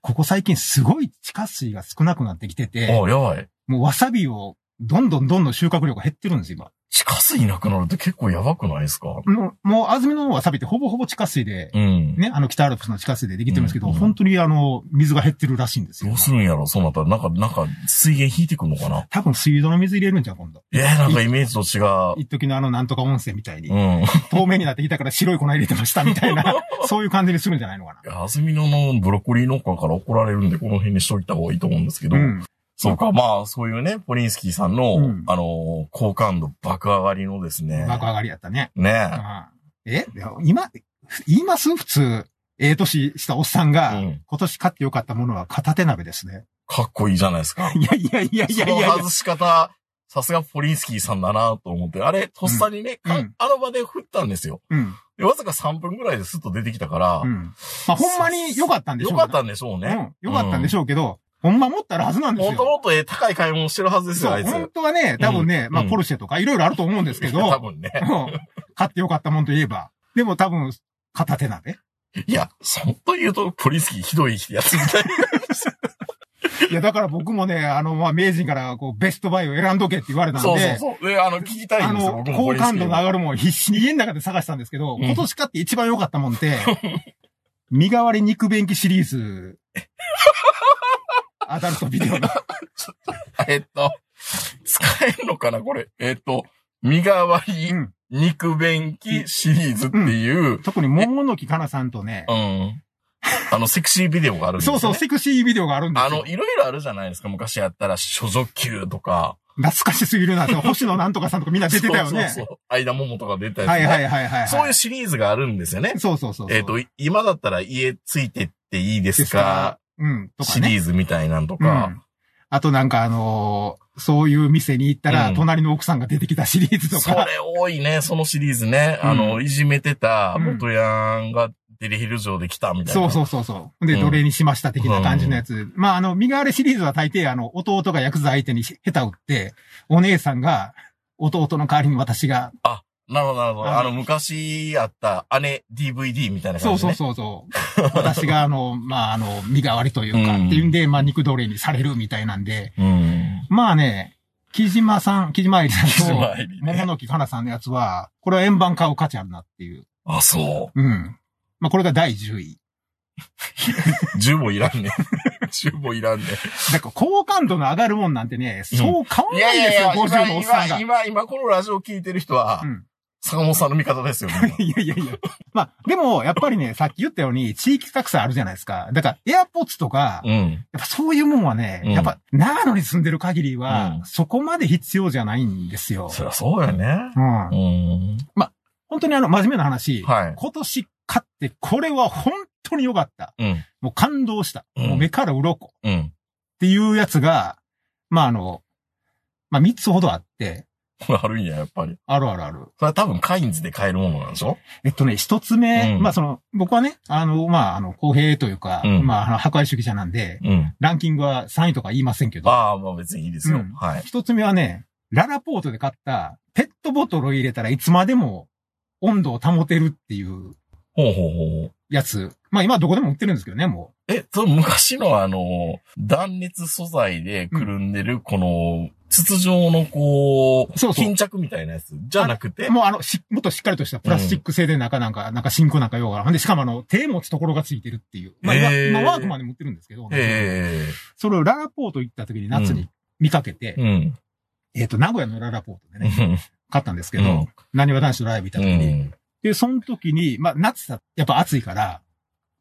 [SPEAKER 4] ここ最近すごい地下水が少なくなってきてて、
[SPEAKER 3] あ、やばい。
[SPEAKER 4] もうわさびをどんどんどんどん収穫量が減ってるんです、今。
[SPEAKER 3] 地下水なくなるって結構やばくないですか
[SPEAKER 4] もう、もう安住のわさびってほぼほぼ地下水で、
[SPEAKER 3] うん。
[SPEAKER 4] ね、あの北アルプスの地下水でできてるんですけど、
[SPEAKER 3] うん
[SPEAKER 4] 本当にあの、水が減ってるらしいんです
[SPEAKER 3] ど
[SPEAKER 4] よ
[SPEAKER 3] う。するんやろそうなったら、なんか、なんか、水源引いてくんのかな
[SPEAKER 4] 多分水道の水入れるんじゃん、今度。
[SPEAKER 3] えー、なんかイメージと違う。
[SPEAKER 4] 一時のあの、なんとか温泉みたいに
[SPEAKER 3] う、ん。い
[SPEAKER 4] 透明になってきたから白い粉入れてましたみたい な、そういう感じにするんじゃないのか
[SPEAKER 3] や、安曇野のブロッコリー農家から怒られるんで、この辺にしといた方がいいと思うんですけど。
[SPEAKER 4] な。うん。
[SPEAKER 3] そうか、まあ、そういうね、ポリンスキーさんの、
[SPEAKER 4] うん
[SPEAKER 3] あのー、好感度爆上がりのですね。
[SPEAKER 4] 爆上がりやったね。
[SPEAKER 3] ね
[SPEAKER 4] うんえでも今、言います普通、ええ年したおっさんが、
[SPEAKER 3] うん
[SPEAKER 4] 今年買ってよかったものは片手鍋ですね。
[SPEAKER 3] かっこいいじ ゃないですか。
[SPEAKER 4] いやいやい やいやいやいや
[SPEAKER 3] その外し方、さすがポリンスキーさんだなと思って、あれ、とっさにね、
[SPEAKER 4] うん
[SPEAKER 3] か
[SPEAKER 4] うん
[SPEAKER 3] あの場で振ったんですよ。
[SPEAKER 4] うん。
[SPEAKER 3] でわずか3分ぐらいですっと出てきたから、
[SPEAKER 4] うん。まあ、ほんまに良かったんでし
[SPEAKER 3] よ
[SPEAKER 4] ょう
[SPEAKER 3] か
[SPEAKER 4] け
[SPEAKER 3] っ
[SPEAKER 4] ど
[SPEAKER 3] たんでしょう
[SPEAKER 4] ね。
[SPEAKER 3] ね。
[SPEAKER 4] うん。良かったんでしょうけど、ほんま持ったらはずなんです
[SPEAKER 3] もと
[SPEAKER 4] よ。
[SPEAKER 3] もとえ高い買い物してるはずですよ、
[SPEAKER 4] そ
[SPEAKER 3] あ
[SPEAKER 4] う、
[SPEAKER 3] いつ。
[SPEAKER 4] 本当はね、多分ね、
[SPEAKER 3] うん
[SPEAKER 4] まあ、
[SPEAKER 3] うん
[SPEAKER 4] ポルシェとかいろいろあると思うんですけど、
[SPEAKER 3] 多分ね。
[SPEAKER 4] うん買ってよかったもんといえば。でも多分、片手鍋。
[SPEAKER 3] いや、そんと言うと、ポリンスキーひどいやつみたい。
[SPEAKER 4] いや、だから僕もね、あの、まあ、名人から、こう、ベストバイを選んどけって言われたんで、
[SPEAKER 3] そうそうそう。で、あの、聞きたい
[SPEAKER 4] あ
[SPEAKER 3] んですよ、
[SPEAKER 4] の、
[SPEAKER 3] 僕もポ
[SPEAKER 4] 好
[SPEAKER 3] リンス
[SPEAKER 4] 感
[SPEAKER 3] キ
[SPEAKER 4] 度
[SPEAKER 3] ー
[SPEAKER 4] の
[SPEAKER 3] の。
[SPEAKER 4] 上がるもん必死 に家の中で探したんですけど、
[SPEAKER 3] うん
[SPEAKER 4] 今年買って一番良かったもん って、身代わり肉便器シリーズ、 アダルトビデオの。
[SPEAKER 3] えっと、使えるのかな、これ。えっと、身代わり
[SPEAKER 4] うん、
[SPEAKER 3] 肉便器シリーズっていう、
[SPEAKER 4] 特に桃の木かなさんとね
[SPEAKER 3] う、ん。あの、セクシービデオがあるんですよ、
[SPEAKER 4] そう
[SPEAKER 3] ね。
[SPEAKER 4] そう、セクシービデオがあるんですよ。
[SPEAKER 3] あの、いろいろあるじゃないですか。昔やったら、諸女級とか。
[SPEAKER 4] 懐かしすぎる な、その星野なんとかさんとかみんな出てたよね。
[SPEAKER 3] そうそうそう。間桃とか出たり、
[SPEAKER 4] はいはい
[SPEAKER 3] い。
[SPEAKER 4] はいはい。
[SPEAKER 3] そういうシリーズがあるんですよね。
[SPEAKER 4] そうそうそうそう。
[SPEAKER 3] えっ、と、い今だったら家ついてっていいです
[SPEAKER 4] ですか
[SPEAKER 3] か、
[SPEAKER 4] うん、とか
[SPEAKER 3] シ
[SPEAKER 4] ね。
[SPEAKER 3] リーズみたいなんと
[SPEAKER 4] う
[SPEAKER 3] か
[SPEAKER 4] ん。あとなんかあのーそういう店に行ったら、
[SPEAKER 3] うん
[SPEAKER 4] 隣の奥さんが出てきたシリーズと
[SPEAKER 3] そ
[SPEAKER 4] か。
[SPEAKER 3] れ多いね、そのシリーズね。
[SPEAKER 4] うん
[SPEAKER 3] あの、いじめてた
[SPEAKER 4] うん
[SPEAKER 3] 元ヤンがデリヘル城で来たみたいな。
[SPEAKER 4] そう
[SPEAKER 3] う。
[SPEAKER 4] そうそうそう。で、
[SPEAKER 3] うん
[SPEAKER 4] 奴隷にしました的な感じのやつ。まあ、あの、身代わりシリーズは大抵、あの、弟がヤクザ相手に下手打って、お姉さんが、弟の代わりに私が、
[SPEAKER 3] なるほど、なるほど。
[SPEAKER 4] あ
[SPEAKER 3] あ
[SPEAKER 4] の
[SPEAKER 3] の、昔あった姉 DVD みたいな
[SPEAKER 4] そ
[SPEAKER 3] 感
[SPEAKER 4] う
[SPEAKER 3] じ
[SPEAKER 4] そう
[SPEAKER 3] ね。
[SPEAKER 4] そうそう。私が、あの、まあ、あの、身代わりというか、
[SPEAKER 3] うん
[SPEAKER 4] っていうんで、まあ、肉奴隷にされるみたいなんで、
[SPEAKER 3] う。うん。
[SPEAKER 4] まあね、木島さん、木島愛理さん
[SPEAKER 3] 絆
[SPEAKER 4] と、
[SPEAKER 3] 入りね
[SPEAKER 4] 桃の木かなさんのやつは、これは円盤買う価値あるなっていう。
[SPEAKER 3] あ、そ
[SPEAKER 4] うん。まあ、これが第10位。
[SPEAKER 3] う。10もいらんね。10もいらんね。
[SPEAKER 4] だから、好感度の上がるもんなんてね、そう変わん
[SPEAKER 3] いや
[SPEAKER 4] ない
[SPEAKER 3] い
[SPEAKER 4] んで
[SPEAKER 3] やい
[SPEAKER 4] すよ、
[SPEAKER 3] や、今、
[SPEAKER 4] 50のおっさん
[SPEAKER 3] 今、。
[SPEAKER 4] が
[SPEAKER 3] 今、今このラジオ聞いてる人は
[SPEAKER 4] う、ん
[SPEAKER 3] 坂本さんの味方ですよ ね。
[SPEAKER 4] いやいやいや。まあ、でも、やっぱりね、さっき言ったように、地域格差あるじゃないですか。だから、エアポッツとか、やっ
[SPEAKER 3] うん。
[SPEAKER 4] ぱそういうもんはね、
[SPEAKER 3] うん
[SPEAKER 4] やっぱ、長野に住んでる限り
[SPEAKER 3] うん
[SPEAKER 4] は、そこまで必要じゃないんですよ。
[SPEAKER 3] そりゃそうやね。
[SPEAKER 4] うん
[SPEAKER 3] う。ん。
[SPEAKER 4] 本当にあの、真面目な話、
[SPEAKER 3] はい
[SPEAKER 4] 今年買って、これは本当に良かった。
[SPEAKER 3] うん。
[SPEAKER 4] もう感動した。
[SPEAKER 3] うん
[SPEAKER 4] もう目から鱗っ
[SPEAKER 3] うん。
[SPEAKER 4] ていうやつが、まああの、まあ3つほどあって、
[SPEAKER 3] あるんや、やっぱり。
[SPEAKER 4] あるあるある。
[SPEAKER 3] それは多分カインズで買えるものなんでしょ
[SPEAKER 4] えっとね、一つ目、
[SPEAKER 3] うん
[SPEAKER 4] まあその、僕はね、あの、まああの、公平というか、
[SPEAKER 3] うん
[SPEAKER 4] まああの、破壊主義者なんで、
[SPEAKER 3] うん。
[SPEAKER 4] ランキングは3位とか言いませんけど、
[SPEAKER 3] ああ、まあ別にいいですよ。
[SPEAKER 4] うん
[SPEAKER 3] はい。
[SPEAKER 4] 一つ目はね、ララポートで買ったペットボトルを入れたらいつまでも温度を保てるっていう
[SPEAKER 3] ほうほうほうほう。
[SPEAKER 4] やつ。まあ今どこでも売ってるんですけどね、も
[SPEAKER 3] え、その昔のあの、断熱素材でくるんでる、この、筒状のこう、
[SPEAKER 4] そうそう
[SPEAKER 3] 巾着みたいなやつじゃなくて
[SPEAKER 4] う。、もうあの、し、もっとしっかりとしたプラスチック製でなんかなんか、なんか真空なんか用がある。ほんで、しかもあの、手持つところがついてるっていう。まあ今、
[SPEAKER 3] へー
[SPEAKER 4] 今ワークマンでも売ってるんですけど、
[SPEAKER 3] え
[SPEAKER 4] それをララポート行った時に夏に見かけて、
[SPEAKER 3] えうん。
[SPEAKER 4] えっ、と、名古屋のララポートで
[SPEAKER 3] う
[SPEAKER 4] ね、
[SPEAKER 3] ん。
[SPEAKER 4] 買ったんですけ
[SPEAKER 3] う
[SPEAKER 4] ど
[SPEAKER 3] ん、
[SPEAKER 4] なにわ男子のライブ行った
[SPEAKER 3] う
[SPEAKER 4] 時に。
[SPEAKER 3] ん。
[SPEAKER 4] で、その時に、まあ、夏だ、やっぱ暑いから、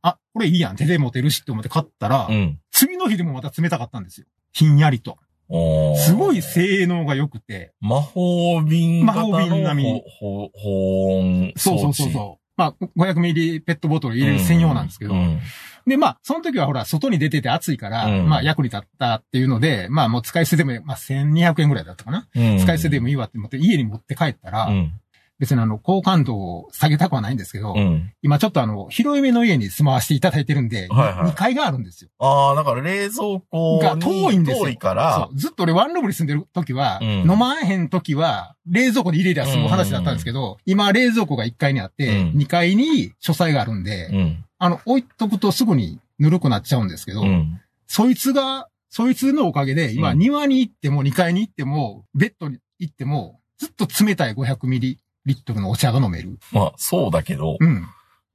[SPEAKER 4] あ、これいいやん、手で持てるしって思って買ったら、
[SPEAKER 3] うん。
[SPEAKER 4] 次の日でもまた冷たかったんですよ。ひんやりと。
[SPEAKER 3] おー
[SPEAKER 4] すごい性能が良くて、
[SPEAKER 3] 魔法瓶型の
[SPEAKER 4] 魔法瓶並み
[SPEAKER 3] ほほ保温
[SPEAKER 4] そうそうそう
[SPEAKER 3] う。
[SPEAKER 4] そう。まあ、500ミリペットボトル入れる専用なんですけど、
[SPEAKER 3] うん
[SPEAKER 4] で、まあ、その時はほら、外に出てて暑いから、
[SPEAKER 3] うん
[SPEAKER 4] まあ、役に立ったっていうので、まあ、もう使い捨てでも、まあ、1200円ぐらいだったかな。
[SPEAKER 3] うん
[SPEAKER 4] 使い捨てでもいいわって思って、家に持って帰ったら、
[SPEAKER 3] うん
[SPEAKER 4] 別にあの、好感度を下げたくはないんですけど、
[SPEAKER 3] うん。
[SPEAKER 4] 今ちょっとあの、広い目の家に住まわせていただいてるんで、
[SPEAKER 3] はいはい
[SPEAKER 4] 2階があるんですよ。
[SPEAKER 3] ああ、だから冷蔵庫
[SPEAKER 4] が
[SPEAKER 3] に
[SPEAKER 4] 遠いんですよ
[SPEAKER 3] 遠いから
[SPEAKER 4] そ、うずっと俺ワンルームに住んでる時は、
[SPEAKER 3] うん
[SPEAKER 4] 飲まへん時は、冷蔵庫に入れりゃ済む話だったんですけど、今冷蔵庫が1階にあって、
[SPEAKER 3] うん
[SPEAKER 4] 2階に書斎があるんで、
[SPEAKER 3] うん。
[SPEAKER 4] あの、置いとくとすぐにぬるくなっちゃうんですけど、
[SPEAKER 3] うん。
[SPEAKER 4] そいつが、そいつのおかげで、今、
[SPEAKER 3] うん
[SPEAKER 4] 庭に行っても、2階に行っても、ベッドに行っても、ずっと冷たい500ミリリットルのお茶が飲める。
[SPEAKER 3] まあ、そうだけど、
[SPEAKER 4] うん。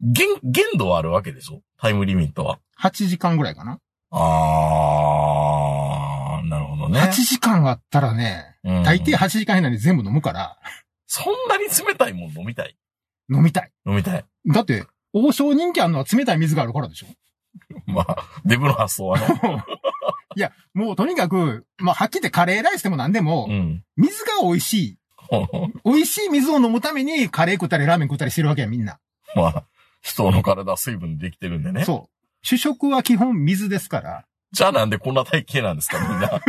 [SPEAKER 3] 限、限度はあるわけでしょタイムリミットは。
[SPEAKER 4] 8時間ぐらいかな。
[SPEAKER 3] ああ、なるほどね。
[SPEAKER 4] 8時間あったらね、
[SPEAKER 3] うん
[SPEAKER 4] 大抵8時間以内に全部飲むから、
[SPEAKER 3] そんなに冷たいもん飲みたい
[SPEAKER 4] 飲みたい。
[SPEAKER 3] 飲みたい。
[SPEAKER 4] だって、王将人気あるのは冷たい水があるからでしょ
[SPEAKER 3] まあ、デブの発想はね。
[SPEAKER 4] いや、もうとにかく、まあ、はっきり言ってカレーライスでも何でも
[SPEAKER 3] う、ん。
[SPEAKER 4] 水が美味しい。美味しい水を飲むために、カレー食ったりラーメン食ったりしてるわけや、みんな。
[SPEAKER 3] まあ、人の体は水分でできてるんでね。
[SPEAKER 4] そう。主食は基本水ですから。
[SPEAKER 3] じゃあなんでこんな体型なんですか、 みんな。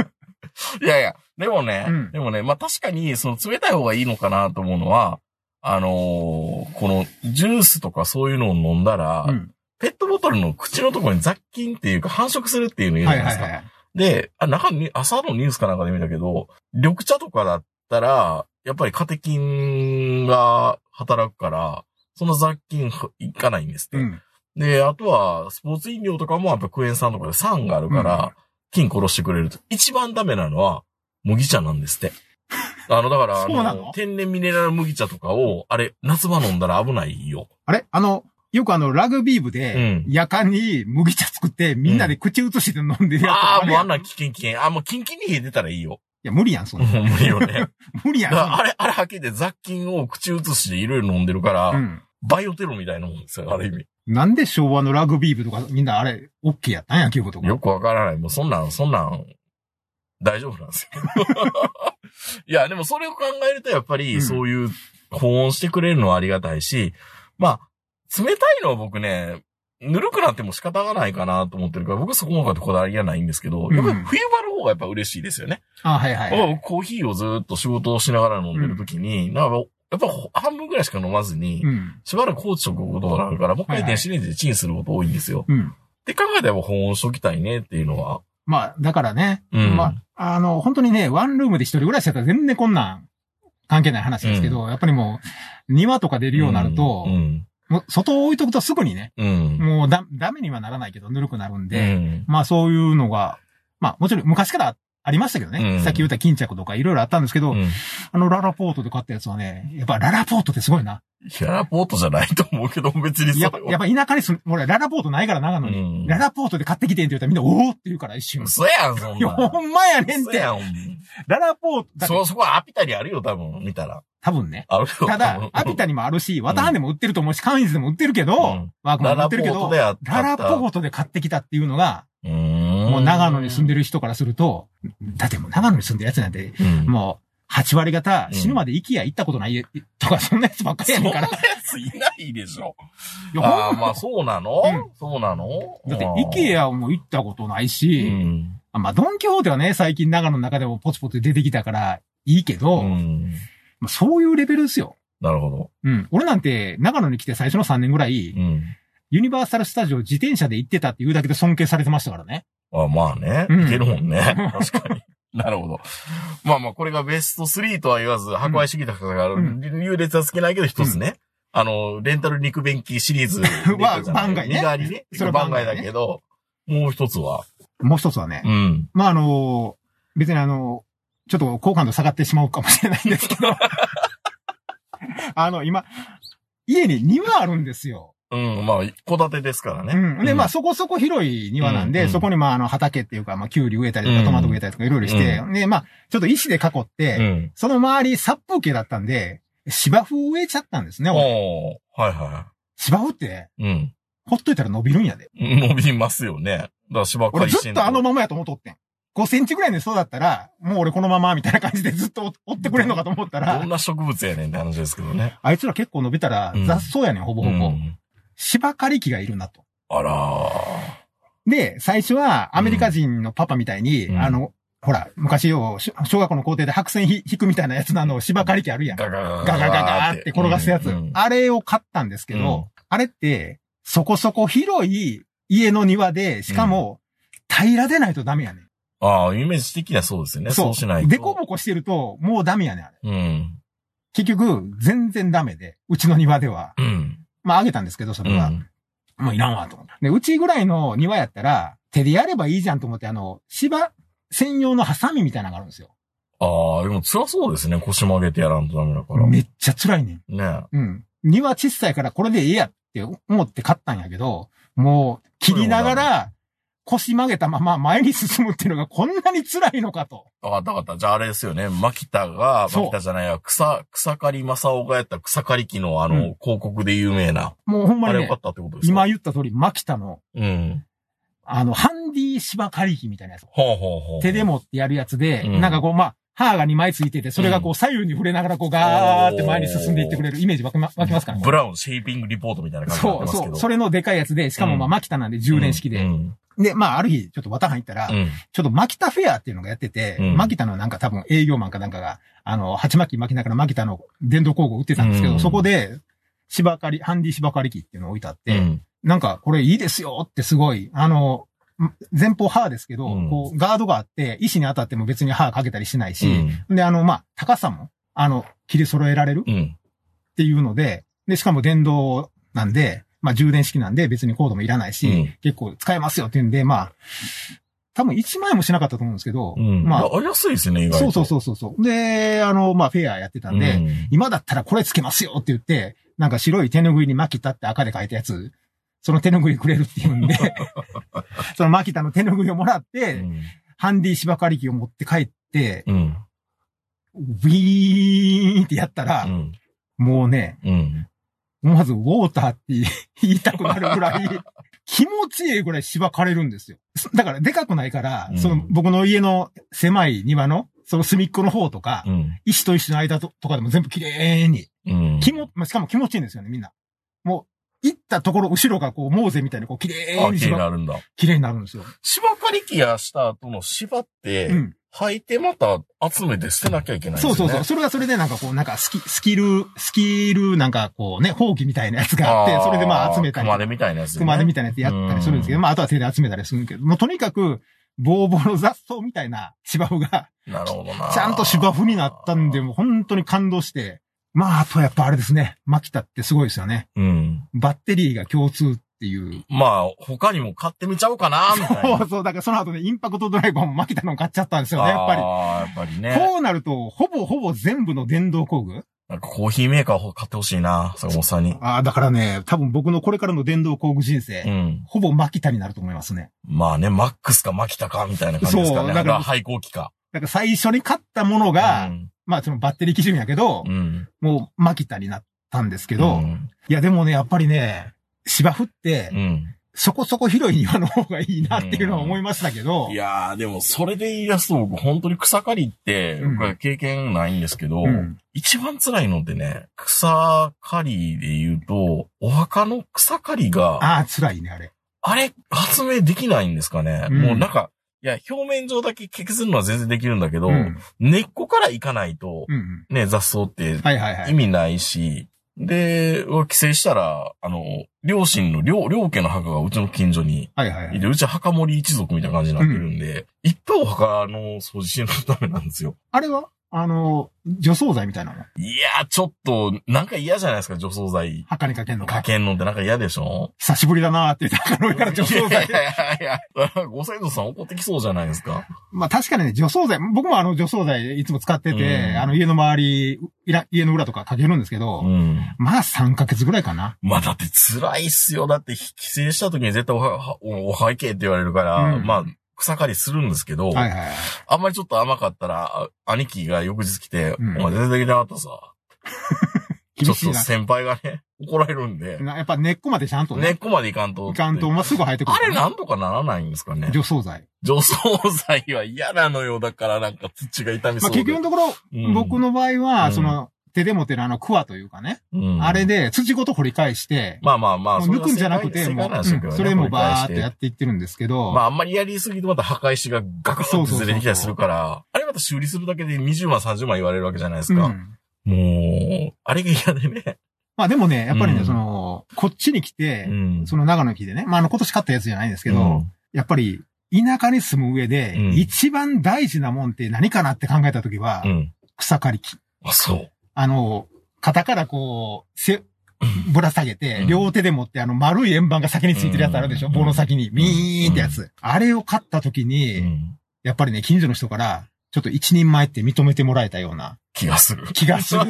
[SPEAKER 3] いやいや、でもね、
[SPEAKER 4] うん
[SPEAKER 3] でもね、まあ確かに、その冷たい方がいいのかなと思うのは、あのーこのジュースとかそういうのを飲んだら、
[SPEAKER 4] うん。
[SPEAKER 3] ペットボトルの口のところに雑菌っていうか繁殖するっていうの言うじ
[SPEAKER 4] は
[SPEAKER 3] ゃないです
[SPEAKER 4] いはい
[SPEAKER 3] か。
[SPEAKER 4] はい。
[SPEAKER 3] で、あ、中に、朝のニュースかなんかで見たけど、緑茶とかだったら、やっぱりカテキンが働くから、その雑菌ふいかないんですって。
[SPEAKER 4] うん。
[SPEAKER 3] で、あとは、スポーツ飲料とかもやっぱクエン酸とかで酸があるから、菌殺してくれると。一番ダメなのは、麦茶なんですって。あの、だから、あ
[SPEAKER 4] そうなの
[SPEAKER 3] 天然ミネラル麦茶とかを、あれ、夏場飲んだら危ないよ。
[SPEAKER 4] あれあの、よくあの、ラグビー部で
[SPEAKER 3] うん、
[SPEAKER 4] 夜間に麦茶作って、みんなで口移して飲んでるやつ
[SPEAKER 3] ああ、
[SPEAKER 4] る
[SPEAKER 3] もう
[SPEAKER 4] や
[SPEAKER 3] あ
[SPEAKER 4] ん
[SPEAKER 3] んなん危険危険。あもうキンキンに冷えてたらいいよ。
[SPEAKER 4] いや、無理やん、そん
[SPEAKER 3] も
[SPEAKER 4] な
[SPEAKER 3] う。無理よ ね。
[SPEAKER 4] 無理や
[SPEAKER 3] だ
[SPEAKER 4] ん、
[SPEAKER 3] か
[SPEAKER 4] そん
[SPEAKER 3] ら
[SPEAKER 4] な
[SPEAKER 3] あれ、あれはっきりで雑菌を口移していろいろ飲んでるから、
[SPEAKER 4] うん。
[SPEAKER 3] バイオテロみたいなもんですよ、ある意味。
[SPEAKER 4] なんで昭和のラグビー部とか、みんなあれ、オッケーやったんや、球部とか。
[SPEAKER 3] よくわからない。もうそんなん、そんなん、大丈夫なんですよ。 いや、でもそれを考えると、やっぱ
[SPEAKER 4] う
[SPEAKER 3] り、
[SPEAKER 4] ん
[SPEAKER 3] そういう、保温してくれるのはありがたいし、まあ、冷たいのは僕ね、ぬるくなっても仕方がないかなと思ってるから、僕はそこまでこだわりはないんですけど、
[SPEAKER 4] うん
[SPEAKER 3] やっぱり冬場の方がやっぱ嬉しいですよね。
[SPEAKER 4] あ、はいはいはい。
[SPEAKER 3] 僕コーヒーをずっと仕事をしながら飲んでる時に、なんか、やっぱ半分ぐらいしか飲まずに、
[SPEAKER 4] うん。
[SPEAKER 3] しばらく放置しとくことがあるから、もう一
[SPEAKER 4] は
[SPEAKER 3] 回
[SPEAKER 4] いはい
[SPEAKER 3] 電子レンジでチンすること多いんですよ。
[SPEAKER 4] うん。
[SPEAKER 3] って考えたら保温しときたいねっていうのは。
[SPEAKER 4] まあ、だからね。
[SPEAKER 3] うん
[SPEAKER 4] まあ、あの、本当にね、ワンルームで一人暮らしだったら全然こんなん、関係ない話ですけど、やっぱりもう、庭とか出るようになると、
[SPEAKER 3] うん。
[SPEAKER 4] もう外を置いとくとすぐにね、
[SPEAKER 3] うん。
[SPEAKER 4] もうだ、ダメにはならないけど、ぬるくなるんで、
[SPEAKER 3] うん
[SPEAKER 4] まあそういうのが、まあもちろん昔からありましたけどね。
[SPEAKER 3] うん
[SPEAKER 4] さっき言った巾着とかいろいろあったんですけど、
[SPEAKER 3] うん
[SPEAKER 4] あのララポートで買ったやつはね、やっぱララポートってすごいな。
[SPEAKER 3] いや、ラポートじゃないと思うけど、別にそれ
[SPEAKER 4] やっ
[SPEAKER 3] は
[SPEAKER 4] ぱ、やっぱ田舎に住む、俺ララポートないから長野に、
[SPEAKER 3] うん
[SPEAKER 4] ララポートで買ってきてんって言ったらみんな、おおって言うから一瞬。
[SPEAKER 3] 嘘やん、そん
[SPEAKER 4] いや、
[SPEAKER 3] な
[SPEAKER 4] ほ
[SPEAKER 3] ん。
[SPEAKER 4] んまやねんっ
[SPEAKER 3] 嘘
[SPEAKER 4] て。
[SPEAKER 3] やん。
[SPEAKER 4] ララポート、だって
[SPEAKER 3] そ、そこはアピタリあるよ、多分、見たら。
[SPEAKER 4] 多分ね。
[SPEAKER 3] あるよ。
[SPEAKER 4] ただ、アピタ
[SPEAKER 3] リ
[SPEAKER 4] にもあるし、ワタハンでも売ってると思うし、カンイズでも売ってるけど、
[SPEAKER 3] うん
[SPEAKER 4] ワークマンも売ってるけど、
[SPEAKER 3] ララポートで
[SPEAKER 4] ララポー
[SPEAKER 3] ト。
[SPEAKER 4] トで買ってきたっていうのが、
[SPEAKER 3] も
[SPEAKER 4] もう長野に住んで
[SPEAKER 3] る。
[SPEAKER 4] る人からすると、だってもう長野に住んでるやつなんて、
[SPEAKER 3] うん
[SPEAKER 4] もう、8割方、
[SPEAKER 3] うん
[SPEAKER 4] 死ぬまで息や行ったことないとか、そんなやつばっかり
[SPEAKER 3] そ
[SPEAKER 4] や
[SPEAKER 3] ん
[SPEAKER 4] ね
[SPEAKER 3] なん
[SPEAKER 4] から。
[SPEAKER 3] や
[SPEAKER 4] い
[SPEAKER 3] ついないでしょ。
[SPEAKER 4] や
[SPEAKER 3] ああ、
[SPEAKER 4] ほんま
[SPEAKER 3] まあそうなの
[SPEAKER 4] うん
[SPEAKER 3] そうなの
[SPEAKER 4] だって、イケアも行ったことないし、
[SPEAKER 3] うん。
[SPEAKER 4] まあ、ドンキホーテはね、最近長野の中でもポツポツ出てきたから、いいけど、
[SPEAKER 3] うん。
[SPEAKER 4] まあ、そういうレベルですよ。
[SPEAKER 3] なるほど。
[SPEAKER 4] うん。俺なんて、長野に来て最初の3年ぐらい、
[SPEAKER 3] うん。
[SPEAKER 4] ユニバーサルスタジオ自転車で行ってたっていうだけで尊敬されてましたからね。
[SPEAKER 3] あまあね。
[SPEAKER 4] うん
[SPEAKER 3] いけるもんね。 確かに。なるほど。まあまあ、これがベスト3とは言わず、博愛主義だから、
[SPEAKER 4] うん
[SPEAKER 3] 優劣はつけないけど、一つね。あの、レンタル肉便器シリーズ。
[SPEAKER 4] は番外ね
[SPEAKER 3] 身代わりね。
[SPEAKER 4] そ
[SPEAKER 3] そ
[SPEAKER 4] れ
[SPEAKER 3] れ
[SPEAKER 4] は番
[SPEAKER 3] 番
[SPEAKER 4] 外
[SPEAKER 3] 外
[SPEAKER 4] ね
[SPEAKER 3] だけど、もう一つは。
[SPEAKER 4] もう一つはね、
[SPEAKER 3] うん。
[SPEAKER 4] まあ、あのー別にあのーちょっと好感度下がってしまうかもしれないんですけど、 あの、今、家に庭あるんですよ。
[SPEAKER 3] うん、まあ、戸建てですからね。
[SPEAKER 4] うん。で、まあ、そこそこ広い庭なんで、
[SPEAKER 3] うん
[SPEAKER 4] そこにまあ、あの、畑っていうか、まあ、キュウリ植えたりとか、
[SPEAKER 3] うん
[SPEAKER 4] トマト植えたりとか、いろいろして、で、まあ、ちょっと石で囲って、
[SPEAKER 3] うん。
[SPEAKER 4] その周り殺風景だったんで、芝生植えちゃったんですね。俺
[SPEAKER 3] おーはいは
[SPEAKER 4] 芝生って、
[SPEAKER 3] い。うん。
[SPEAKER 4] ほっといたら伸びるんやで。
[SPEAKER 3] 伸びますよね。だから芝刈
[SPEAKER 4] 俺
[SPEAKER 3] り
[SPEAKER 4] ずっとあの
[SPEAKER 3] ま
[SPEAKER 4] ままやと思っとってん。5センチぐらいのそうだったら、もう俺このまま、みたいな感じでずっと追ってくれんのかと思った
[SPEAKER 3] どん
[SPEAKER 4] ら、
[SPEAKER 3] な植物やねんって話ですけどね。
[SPEAKER 4] あいつら結構伸びたら
[SPEAKER 3] うん
[SPEAKER 4] 雑草やねん、ほぼほ
[SPEAKER 3] う
[SPEAKER 4] ぼ。
[SPEAKER 3] ん
[SPEAKER 4] 芝刈り機がいるなと。
[SPEAKER 3] あらー
[SPEAKER 4] で、最初はアメリカ人のパパみたいに、
[SPEAKER 3] うん
[SPEAKER 4] あの、ほら、昔よ、しょ小学校の校庭で白線ひ引くみたいなやつのあの、芝刈り機あるやん。ガ
[SPEAKER 3] ガガガ
[SPEAKER 4] ガガガーって転がすやつ。
[SPEAKER 3] うんうん
[SPEAKER 4] あれを買ったんですけど、あれって、そこそこ広い家の庭で、しかも、平らでないとダメやねん。
[SPEAKER 3] ああ、イメージ的にはそうですよね。そうしないと。
[SPEAKER 4] でこぼこしてると、もうダメやねん、あれ。
[SPEAKER 3] うん。
[SPEAKER 4] 結局、全然ダメで、うちの庭では。
[SPEAKER 3] うん。
[SPEAKER 4] まあ、あげたんですけど、そうれは。
[SPEAKER 3] ん。
[SPEAKER 4] もういらんわ、と思って。で、うちぐらいの庭やったら、手でやればいいじゃんと思って、あの、芝専用のハサミみたいなのがあるんですよ。
[SPEAKER 3] ああ、でも辛そうですね。腰曲げてやらんとダメだから。
[SPEAKER 4] め
[SPEAKER 3] ね
[SPEAKER 4] っちゃ辛いねん。うん。庭小さいからこれでええやって思って買ったんやけど、もう、切りながら、腰曲げたまま前に進むっていうのがこんなに辛いのかと。
[SPEAKER 3] あわかったわかった。じゃああれですよね。マキタが、
[SPEAKER 4] そう
[SPEAKER 3] マキタじゃないや、草、草刈り正雄がやった草刈り機のあの、
[SPEAKER 4] うん
[SPEAKER 3] 広告で有名な。
[SPEAKER 4] もうほんま
[SPEAKER 3] あ
[SPEAKER 4] に
[SPEAKER 3] れ良
[SPEAKER 4] ね
[SPEAKER 3] か、ったってことですか
[SPEAKER 4] 今言った通り、マキタの、
[SPEAKER 3] 今。うん。
[SPEAKER 4] あの、ハンディ芝刈り機みたいなやつ。
[SPEAKER 3] ほうほうほう。
[SPEAKER 4] 手で持ってやるやつで、
[SPEAKER 3] うん
[SPEAKER 4] なんかこう、まあ、刃が2枚ついてて、それがこう左右に触れながらこうガーって前に進んでいってくれるイメージ湧きま湧きますからね
[SPEAKER 3] ブラウンシェイピングリポートみたいな感じになって
[SPEAKER 4] そう
[SPEAKER 3] ますけ
[SPEAKER 4] そ
[SPEAKER 3] ど。
[SPEAKER 4] う。それのでかいやつで、しかも
[SPEAKER 3] う
[SPEAKER 4] まあ、
[SPEAKER 3] ん
[SPEAKER 4] マキタなんで充電式
[SPEAKER 3] う
[SPEAKER 4] で。
[SPEAKER 3] ん。
[SPEAKER 4] で、まあ、ある日、ちょっと綿入ったら
[SPEAKER 3] う、ん。
[SPEAKER 4] ちょっとマキタフェアっていうのがやってて、
[SPEAKER 3] うん
[SPEAKER 4] マキタのなんか多分営業マンかなんかが、あの、鉢巻き巻きながらマキタの電動工具を売ってたんですけど、
[SPEAKER 3] うん
[SPEAKER 4] そこで、芝刈り、ハンディ芝刈り機っていうのを置いてあって、
[SPEAKER 3] うん
[SPEAKER 4] なんかこれいいですよってすごい、あの、ん前方刃ですけど、
[SPEAKER 3] うん
[SPEAKER 4] こうガードがあって、石に当たっても別に刃かけたりしないし、
[SPEAKER 3] うん。
[SPEAKER 4] で、あの、まあ、高さも、あの、切り揃えられる
[SPEAKER 3] うん。
[SPEAKER 4] っていうので、で、しかも電動なんで、まあ、充電式なんで別にコードもいらないし、
[SPEAKER 3] うん
[SPEAKER 4] 結構使えますよっていうんで、まあ、多分1万円もしなかったと思うんですけど、
[SPEAKER 3] うん。
[SPEAKER 4] ま
[SPEAKER 3] ま
[SPEAKER 4] あ、
[SPEAKER 3] あ、安いですね、意外
[SPEAKER 4] そ
[SPEAKER 3] と。
[SPEAKER 4] うそうそうそうそう。で、あの、まあ、フェアやってたんで、
[SPEAKER 3] うん
[SPEAKER 4] 今だったらこれつけますよって言って、なんか白い手拭いにマキタって赤で書いたやつ、その手拭いくれるって言 うんで、そのマキタの手拭いをもらって、
[SPEAKER 3] うん
[SPEAKER 4] ハンディ芝刈り機を持って帰って、
[SPEAKER 3] うん。
[SPEAKER 4] ウィーンってやったら、
[SPEAKER 3] うん。
[SPEAKER 4] もうね、
[SPEAKER 3] うん。
[SPEAKER 4] 思わずウォーターって言いたくなるぐらい、気持ちいいぐらい芝刈れるんですよ。だからでかくないから、
[SPEAKER 3] うん
[SPEAKER 4] その僕の家の狭い庭の、その隅っこの方とか、
[SPEAKER 3] うん。
[SPEAKER 4] 石と石の間ととかでも全部綺麗に、
[SPEAKER 3] うん。
[SPEAKER 4] 気も、まあ、しかも気持ちいいんですよね、みんな。もう、行ったところ、後ろがこう、モーゼみたいにこう、綺麗
[SPEAKER 3] あ、
[SPEAKER 4] に
[SPEAKER 3] 気にな
[SPEAKER 4] 芝、
[SPEAKER 3] るんだ。
[SPEAKER 4] 綺麗になるんですよ。
[SPEAKER 3] 芝刈り機やした後の芝って、
[SPEAKER 4] うん。
[SPEAKER 3] 履いてまた集めて捨てなきゃいけないんです
[SPEAKER 4] そ
[SPEAKER 3] よね。
[SPEAKER 4] うそうそう。それはそれでなんかこう、なんかスキ、スキル、スキルなんかこうね、ほうきみたいなやつがあって、それでまあ集めたり
[SPEAKER 3] 熊。手みたいなやつ、
[SPEAKER 4] 熊手み
[SPEAKER 3] た
[SPEAKER 4] たいなやつやったりするんですけど、まああとは手で集めたりするけど、もうとにかく、ボーボーの雑草みたいな 芝生が、
[SPEAKER 3] いな。なるほどな。
[SPEAKER 4] ちゃんと芝生になったんで、。もう本当に感動して。まあ、あとはやっぱあれですね。マキタってすごいですよね。
[SPEAKER 3] うん。
[SPEAKER 4] バッテリーが共通っていう。
[SPEAKER 3] まあ、他にも買ってみちゃおうかな、みたいな。
[SPEAKER 4] そうそう。だからその後ね、インパクトドライバーもマキタの買っちゃったんですよね、やっぱり。
[SPEAKER 3] ああ、やっぱりね。
[SPEAKER 4] こうなると、ほぼほぼ全部の電動工具
[SPEAKER 3] なんかコーヒーメーカーを買ってほしいな、坂本さんに。
[SPEAKER 4] ああ、だからね、多分僕のこれからの電動工具人生、
[SPEAKER 3] うん。
[SPEAKER 4] ほぼマキタになると思いますね。
[SPEAKER 3] まあね、マックスかマキタか、みたいな感じですか
[SPEAKER 4] そう
[SPEAKER 3] ね。だ
[SPEAKER 4] だから
[SPEAKER 3] から、廃校機か。
[SPEAKER 4] だから最初に買ったものが、
[SPEAKER 3] うん
[SPEAKER 4] まあそのバッテリー基準やけど、
[SPEAKER 3] うん。
[SPEAKER 4] もうマキタになったんですけど、
[SPEAKER 3] う
[SPEAKER 4] い
[SPEAKER 3] ん
[SPEAKER 4] やでもね、やっぱりね、芝生って、
[SPEAKER 3] うん。
[SPEAKER 4] そこそこ広い庭の方がいいなっていうのは思いましたけど、
[SPEAKER 3] いやー、でも、それで言い出すと、僕、本当に草刈りって、
[SPEAKER 4] うん
[SPEAKER 3] 僕は経験ないんですけど、
[SPEAKER 4] うん
[SPEAKER 3] 一番辛いのってね、草刈りで言うと、お墓の草刈りが、あ
[SPEAKER 4] ああ、辛いね、あれ。
[SPEAKER 3] れ、発明できないんですかね、
[SPEAKER 4] うん
[SPEAKER 3] もうなんか、いや、表面上だけ削るのは全然できるんだけど、
[SPEAKER 4] うん。うん
[SPEAKER 3] 根っこから行かないと、
[SPEAKER 4] うん。
[SPEAKER 3] ね、雑草って
[SPEAKER 4] はいはいは
[SPEAKER 3] 意
[SPEAKER 4] い。
[SPEAKER 3] 味ないし、で、帰省したら、あの、両親の、両、両家の墓がうちの近所に
[SPEAKER 4] はいはいはい。
[SPEAKER 3] で、うちは墓守一族みたいな感じになってるんで、いっぱいお墓の掃除しないとダメなんですよ。
[SPEAKER 4] あれはあの、除草剤みたいなの
[SPEAKER 3] いやー、ちょっと、なんか嫌じゃないですか、除草剤。
[SPEAKER 4] 墓にかけんの
[SPEAKER 3] かけんのってなんか嫌でしょ
[SPEAKER 4] 久しぶりだなーって言って、墓の上から除 草
[SPEAKER 3] いや
[SPEAKER 4] 剤
[SPEAKER 3] い。やいやいや、ご先祖さん怒ってきそうじゃないですか。
[SPEAKER 4] まあ確かにね、除草剤、僕もあの除草剤いつも使ってて、
[SPEAKER 3] うん
[SPEAKER 4] あの家の周り、いら家の裏とかかけるんですけど、
[SPEAKER 3] うん。
[SPEAKER 4] まあ3ヶ月ぐらいかな。
[SPEAKER 3] まあだって辛いっすよ。だって帰省した時に絶対おは、お、お拝見って言われるから、
[SPEAKER 4] うん
[SPEAKER 3] まあ、草刈りするんですけど、
[SPEAKER 4] はいはい。
[SPEAKER 3] あんまりちょっと甘かったら、あ兄貴が翌日来て、
[SPEAKER 4] うん
[SPEAKER 3] お前全然できなかったさ。ちょ
[SPEAKER 4] 厳
[SPEAKER 3] っ
[SPEAKER 4] しい
[SPEAKER 3] と
[SPEAKER 4] な
[SPEAKER 3] 先輩がね、怒られるんで、
[SPEAKER 4] な。やっぱ根っこまでちゃんと
[SPEAKER 3] 根
[SPEAKER 4] ね、
[SPEAKER 3] っこまでいかんと。
[SPEAKER 4] いかんと、まあすぐ生えてくる
[SPEAKER 3] あ
[SPEAKER 4] から
[SPEAKER 3] れ
[SPEAKER 4] ね。
[SPEAKER 3] なんとかならないんですかね。
[SPEAKER 4] 除草剤。
[SPEAKER 3] 除草剤は嫌なのよ。だからなんか土が痛み
[SPEAKER 4] ま
[SPEAKER 3] そ
[SPEAKER 4] あ
[SPEAKER 3] う
[SPEAKER 4] 結
[SPEAKER 3] で。
[SPEAKER 4] 局のところ、
[SPEAKER 3] うん
[SPEAKER 4] 僕の場合は、
[SPEAKER 3] うん
[SPEAKER 4] その、手で持てるあのクワというかね、
[SPEAKER 3] うん
[SPEAKER 4] あれ。で土ごと掘り返して、
[SPEAKER 3] まあまあまあ、
[SPEAKER 4] もう抜くんじゃなくて、
[SPEAKER 3] それは
[SPEAKER 4] も
[SPEAKER 3] 正解
[SPEAKER 4] う、
[SPEAKER 3] なんでしょうけど
[SPEAKER 4] うん
[SPEAKER 3] ね
[SPEAKER 4] それもバーってや
[SPEAKER 3] 掘り返し
[SPEAKER 4] っていってるんですけど、
[SPEAKER 3] まああんまりやりすぎるとまた破壊石がガクッとずれてきたりするから、あれまた修理するだけで20万、30万言われるわけじゃないです
[SPEAKER 4] う
[SPEAKER 3] か。
[SPEAKER 4] ん。
[SPEAKER 3] もう、あれが嫌でね。
[SPEAKER 4] まあでもね、やっぱり
[SPEAKER 3] う
[SPEAKER 4] ね、
[SPEAKER 3] ん
[SPEAKER 4] その、こっちに来て、
[SPEAKER 3] ん
[SPEAKER 4] その長野駅でね、まああの今年買ったやつじゃないんですけど、
[SPEAKER 3] うん
[SPEAKER 4] やっぱり田舎に住む上で
[SPEAKER 3] う、ん
[SPEAKER 4] 一番大事なもんって何かなって考えたときは、
[SPEAKER 3] うん。
[SPEAKER 4] 草刈り機。
[SPEAKER 3] あ、そう。
[SPEAKER 4] あの、肩からこう、せ、ぶら下げ
[SPEAKER 3] う
[SPEAKER 4] て
[SPEAKER 3] ん、
[SPEAKER 4] 両手で持って、あの、丸い円盤が先についてるやつあるでしょ
[SPEAKER 3] うん
[SPEAKER 4] 棒の先に、ミーンってやつ。あれを買った時
[SPEAKER 3] う
[SPEAKER 4] に、
[SPEAKER 3] ん
[SPEAKER 4] やっぱりね、近所の人から、ちょっと一人前って認めてもらえたような
[SPEAKER 3] 気がする。
[SPEAKER 4] 気が する。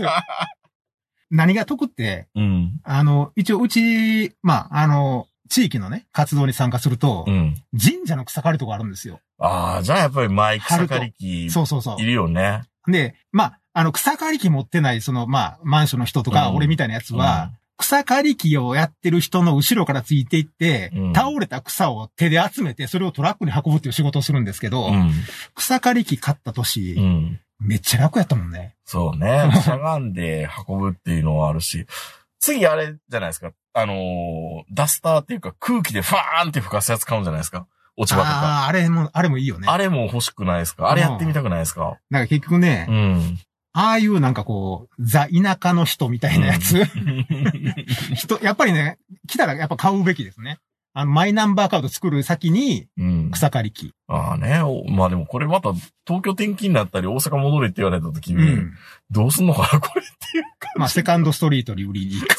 [SPEAKER 4] 何が得って、
[SPEAKER 3] うん。
[SPEAKER 4] あの、一応うち、まあ、あの、地域のね、活動に参加すると
[SPEAKER 3] う、ん。
[SPEAKER 4] 神社の草刈りとかあるんですよ。
[SPEAKER 3] ああ、じゃあやっぱりマイク草刈り機、
[SPEAKER 4] そうそうそう
[SPEAKER 3] い。るよね。
[SPEAKER 4] で、まあ、あの、草刈り機持ってない、その、まあ、マンションの人と
[SPEAKER 3] う
[SPEAKER 4] か、
[SPEAKER 3] ん
[SPEAKER 4] 俺みたいなやつは、草刈り機をやってる人の後ろからついていって
[SPEAKER 3] うん、
[SPEAKER 4] 倒れた草を手で集めて、それをトラックに運ぶっていう仕事をするんですけど
[SPEAKER 3] う、ん。
[SPEAKER 4] 草刈り機買った
[SPEAKER 3] う
[SPEAKER 4] 年、
[SPEAKER 3] ん。
[SPEAKER 4] めっちゃ楽やったもんね。
[SPEAKER 3] そう ね。しゃがんで運ぶっていうのはあるし、次あれじゃないですか。あのーダスターっていうか空気でファーンって吹かすやつ買うんじゃないですか。落ち葉とか。
[SPEAKER 4] ああ、あれも、あれもいいよね。
[SPEAKER 3] あれも欲しくないですかあれやってみたくないですか
[SPEAKER 4] なんか結局
[SPEAKER 3] う
[SPEAKER 4] ね、
[SPEAKER 3] ん。
[SPEAKER 4] ああいうなんかこう、ザ田舎の人みたいなやつ、人、やっぱりね、来たらやっぱ買うべきですね。あの、マイナンバーカード作る先に、
[SPEAKER 3] うん。
[SPEAKER 4] 草刈り機。
[SPEAKER 3] ああね。おまあでもこれまた東京転勤になったり大阪戻れって言われた時
[SPEAKER 4] う
[SPEAKER 3] に、
[SPEAKER 4] ん。
[SPEAKER 3] どうすんのかなこれっていう
[SPEAKER 4] まあ、セカンドストリートに売りに行く。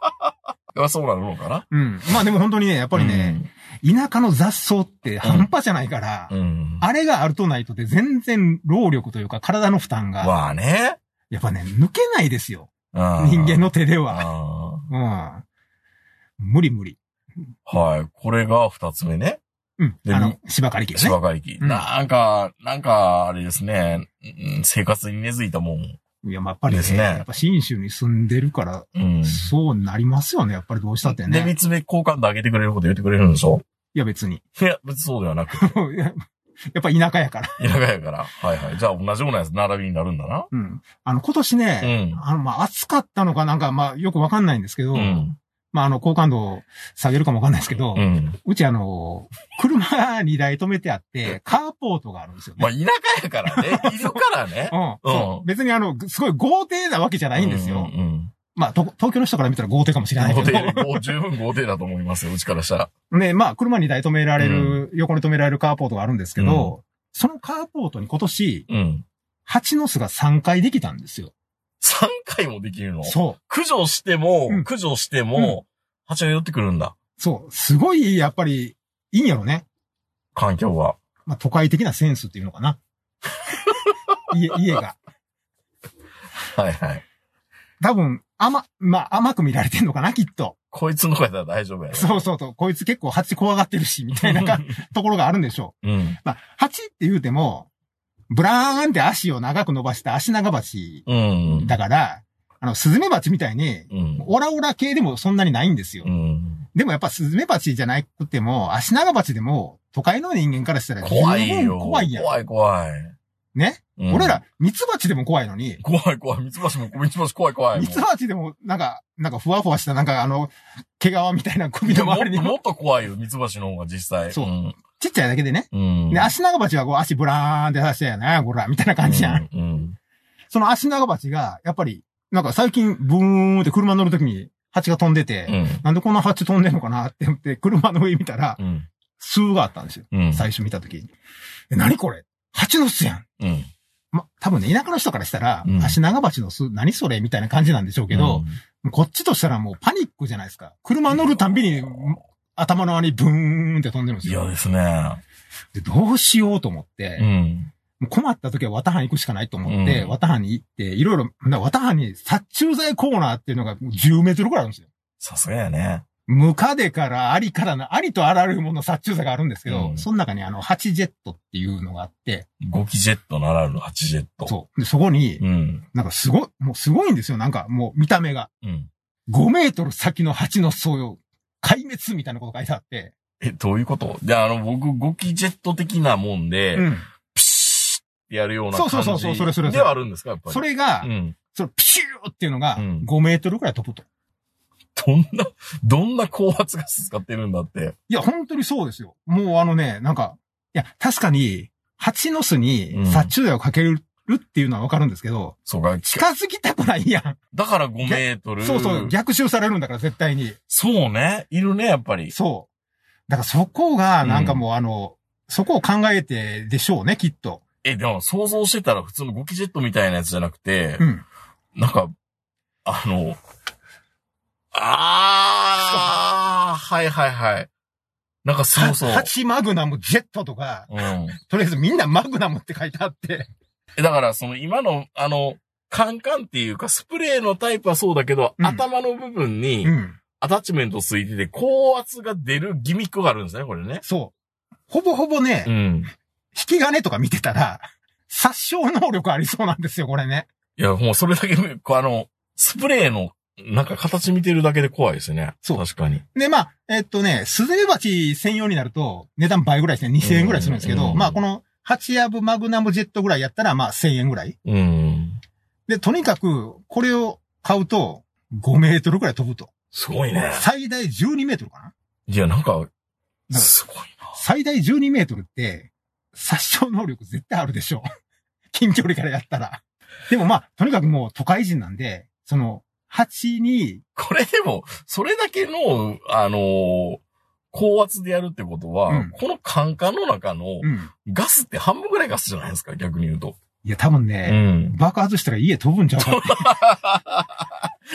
[SPEAKER 3] あそうなるのかなやっ
[SPEAKER 4] うん。まあでも本当にね、やっぱりね、、田舎の雑草って半端じゃないから、
[SPEAKER 3] うん。うん
[SPEAKER 4] あれがあるとないとで全然労力というか体の負担が、
[SPEAKER 3] まあね。
[SPEAKER 4] やっぱね、抜けないですよ。
[SPEAKER 3] 人
[SPEAKER 4] 人間の手では。
[SPEAKER 3] は。
[SPEAKER 4] うん。無理無理。
[SPEAKER 3] はい。これが二つ目ね。
[SPEAKER 4] うん。
[SPEAKER 3] で
[SPEAKER 4] あの、芝刈り機が
[SPEAKER 3] 芝
[SPEAKER 4] ね。
[SPEAKER 3] 刈り機。
[SPEAKER 4] うん
[SPEAKER 3] なんか、なんか、あれですね、うん生活に根付いたもん。
[SPEAKER 4] いや、まあやっぱり
[SPEAKER 3] ですね
[SPEAKER 4] ね、やっぱ新州に住んでるから、
[SPEAKER 3] うん。
[SPEAKER 4] そうなりますよね、やっぱりどうしたって
[SPEAKER 3] で、
[SPEAKER 4] ね。
[SPEAKER 3] 三つ目、好感度上げてくれること言ってくれるんでしょ
[SPEAKER 4] いや、別に。
[SPEAKER 3] いや、別にそうではなく、
[SPEAKER 4] やっぱ田舎やから。
[SPEAKER 3] 田舎やから。はいはい。じゃあ同じようなやつ並びになるんだな。
[SPEAKER 4] うん。あの、今年ね、
[SPEAKER 3] うん。
[SPEAKER 4] あの、まあ、暑かったのかなんか、まあ、よくわかんないんですけど、
[SPEAKER 3] うん。
[SPEAKER 4] まあ、あの、好感度を下げるかもわかんないですけど、
[SPEAKER 3] う。
[SPEAKER 4] うんちあの、車2台止めてあって、カーポートがあるんですよ
[SPEAKER 3] まあ、
[SPEAKER 4] ね。
[SPEAKER 3] 田舎やから ね。いるからね。
[SPEAKER 4] うんそう
[SPEAKER 3] うん
[SPEAKER 4] 別にあの、すごい豪邸なわけじゃないんですよ。
[SPEAKER 3] うんうん
[SPEAKER 4] まあ、と東京の人から見たら豪邸かもしれ
[SPEAKER 3] うん。
[SPEAKER 4] ない
[SPEAKER 3] 豪
[SPEAKER 4] け
[SPEAKER 3] 邸
[SPEAKER 4] ど。
[SPEAKER 3] もう十分豪邸だと思いますよ、うちからしたら。
[SPEAKER 4] ね、まあ、車2台止められる、横に止められるカーポートがあるんですけど、そのカーポートに今年、
[SPEAKER 3] うん。
[SPEAKER 4] 蜂の巣が3回できたんですよ。
[SPEAKER 3] 3回もできるの。
[SPEAKER 4] そ
[SPEAKER 3] 駆除しても、
[SPEAKER 4] うん
[SPEAKER 3] 駆除しても、蜂が寄ってくるんだ。
[SPEAKER 4] う。そう。すごい、やっぱり、いいんやろね。
[SPEAKER 3] 環境が。
[SPEAKER 4] まあ、都会的なセンスっていうのかな。 家、家が。
[SPEAKER 3] はいはい。
[SPEAKER 4] 多分、甘、まあ、甘く見られてんのかな、きっと。
[SPEAKER 3] こいつの方やったら大丈夫やね。
[SPEAKER 4] そうそうと、こいつ結構蜂怖がってるし、みたいなか ところがあるんでしょ
[SPEAKER 3] うん
[SPEAKER 4] う。。まあ、蜂って言うても、ブラーンって足を長く伸ばした足長鉢
[SPEAKER 3] うん。
[SPEAKER 4] だから、あの、スズメバチみたいに、
[SPEAKER 3] うん。
[SPEAKER 4] オラオラ系でもそんなにないんですよ
[SPEAKER 3] う。ん。
[SPEAKER 4] でもやっぱスズメバチじゃなくても、足長鉢でも、都会の人間からしたら
[SPEAKER 3] 怖い
[SPEAKER 4] 十
[SPEAKER 3] よ。
[SPEAKER 4] 分怖いやん。
[SPEAKER 3] 怖い怖い。
[SPEAKER 4] ね、
[SPEAKER 3] うん
[SPEAKER 4] 俺ら、ミツバチでも怖いのに、
[SPEAKER 3] 怖い怖い。ミツバチも、ミツバチ怖い怖い。
[SPEAKER 4] ミツバチでも、なんか、なんかふわふわした、なんかあの、毛皮みたいな首の
[SPEAKER 3] も
[SPEAKER 4] 周りに
[SPEAKER 3] もっと怖いよ、ミツバチの方が実際。
[SPEAKER 4] そ
[SPEAKER 3] う
[SPEAKER 4] う
[SPEAKER 3] ん。
[SPEAKER 4] ちっちゃいだけでね。
[SPEAKER 3] うん。
[SPEAKER 4] で、足長鉢はこう足ブラーンって出してやな、こら、みたいな感じじゃん。
[SPEAKER 3] うん。うん
[SPEAKER 4] その足長鉢が、やっぱり、なんか最近、ブーンって車乗るときに蜂が飛んでて、
[SPEAKER 3] うん。
[SPEAKER 4] なんでこんな蜂飛んでんのかなって思って、車の上見たら
[SPEAKER 3] う、ん。
[SPEAKER 4] 巣があったんですよ。
[SPEAKER 3] うん。
[SPEAKER 4] 最初見たときに。え、何これ蜂の巣やん。
[SPEAKER 3] うん。
[SPEAKER 4] ま、多分ね、田舎の人からしたら、
[SPEAKER 3] うん
[SPEAKER 4] 足長鉢の巣、何それみたいな感じなんでしょうけど、こっちとしたらもうパニックじゃないですか。車乗るたんびに、頭の側にブーンって飛んでるんです
[SPEAKER 3] 嫌
[SPEAKER 4] よ
[SPEAKER 3] で。すね。
[SPEAKER 4] で、どうしようと思っ
[SPEAKER 3] う
[SPEAKER 4] て、
[SPEAKER 3] ん。
[SPEAKER 4] もう困った時は綿藩行くしかないと思って、
[SPEAKER 3] うん
[SPEAKER 4] 綿藩に行って、いろいろ、な綿藩に殺虫剤コーナーっていうのが10メートルくらいあるんですよ。
[SPEAKER 3] さすがやね。
[SPEAKER 4] ムカデからありからな、ありとあらゆるものの殺虫剤があるんですけど、
[SPEAKER 3] うん
[SPEAKER 4] その中にあの、ハチジェットっていうのがあって、
[SPEAKER 3] 5機ジェットならぬ8ジェット。
[SPEAKER 4] そう。で、そこに、
[SPEAKER 3] うん。
[SPEAKER 4] なんかすごい、もうすごいんですよ。なんかもう見た目が。
[SPEAKER 3] うん。
[SPEAKER 4] 5メートル先の蜂の巣を壊滅みたいなことが書いてあって、
[SPEAKER 3] え、どういうことで、あの、僕、5機ジェット的なもんで、
[SPEAKER 4] うん
[SPEAKER 3] ピシッってやるような
[SPEAKER 4] そ
[SPEAKER 3] 感
[SPEAKER 4] う
[SPEAKER 3] じ
[SPEAKER 4] そうそうそうそれそれそれ
[SPEAKER 3] ではあるんですか、やっぱり。
[SPEAKER 4] それが
[SPEAKER 3] う、ん。
[SPEAKER 4] そのピシューっていうのが
[SPEAKER 3] うん
[SPEAKER 4] 5メートルくらい飛ぶと。
[SPEAKER 3] どんな、どんな高圧ガス使ってるんだって。
[SPEAKER 4] いや、本当にそうですよ。もうあのね、なんか、いや、確かに、蜂の巣
[SPEAKER 3] うん
[SPEAKER 4] に殺虫剤をかけるっていうのはわかるんですけど、
[SPEAKER 3] そうか、
[SPEAKER 4] 近づきたくないやん。
[SPEAKER 3] だから5メートル。
[SPEAKER 4] そうそう、逆襲されるんだから絶対に。
[SPEAKER 3] そうね。いるね、やっぱり。
[SPEAKER 4] そう。だからそこが、なんかもうあの、そこを考えてでしょうね、きっと。
[SPEAKER 3] え、でも想像してたら普通のゴキジェットみたいなやつじゃなくて、
[SPEAKER 4] うん。
[SPEAKER 3] なんか、あの、ああはいはいはい。なんかそうそう。
[SPEAKER 4] 蜂マグナムジェットとか、
[SPEAKER 3] うん。
[SPEAKER 4] とりあえずみんなマグナムって書いてあって。
[SPEAKER 3] えだからその今の、あの、カンカンっていうか、スプレーのタイプはそうだけど、
[SPEAKER 4] うん
[SPEAKER 3] 頭の部分に
[SPEAKER 4] うん。
[SPEAKER 3] アタッチメントついてて、高圧が出るギミックがあるんですね、これね。
[SPEAKER 4] そう。ほぼほぼね、
[SPEAKER 3] うん。
[SPEAKER 4] 引き金とか見てたら、殺傷能力ありそうなんですよ、これね。
[SPEAKER 3] いや、もうそれだけ、こうあの、スプレーの、なんか形見てるだけで怖いですね。
[SPEAKER 4] そう
[SPEAKER 3] 確かに。
[SPEAKER 4] で、まあ、えっとね、スズメバチ専用になると、値段倍ぐらいですね、2000円ぐらいするんですけ
[SPEAKER 3] うんうん
[SPEAKER 4] ど、
[SPEAKER 3] うん
[SPEAKER 4] まあ、この、8ヤブマグナムジェットぐらいやったら、まあ、1000円ぐらい。
[SPEAKER 3] うん。
[SPEAKER 4] で、とにかく、これを買うと、5メートルぐらい飛ぶと。
[SPEAKER 3] すごいね。
[SPEAKER 4] 最大12メートルか
[SPEAKER 3] いや、なんか、
[SPEAKER 4] な
[SPEAKER 3] すごいな。
[SPEAKER 4] 最大12メートルって、殺傷能力絶対あるでしょ。 近距離からやったら。でもまあ、とにかくもう都会人なんで、その、蜂に、
[SPEAKER 3] これでも、それだけの、あのー高圧でやるってことは、
[SPEAKER 4] うん
[SPEAKER 3] このカンカンの中の
[SPEAKER 4] うん。
[SPEAKER 3] ガスって半分ぐらいガスじゃないですか、逆に言うと。
[SPEAKER 4] いや、多分
[SPEAKER 3] う
[SPEAKER 4] ね、
[SPEAKER 3] ん。
[SPEAKER 4] 爆発したら家飛ぶんちゃうかって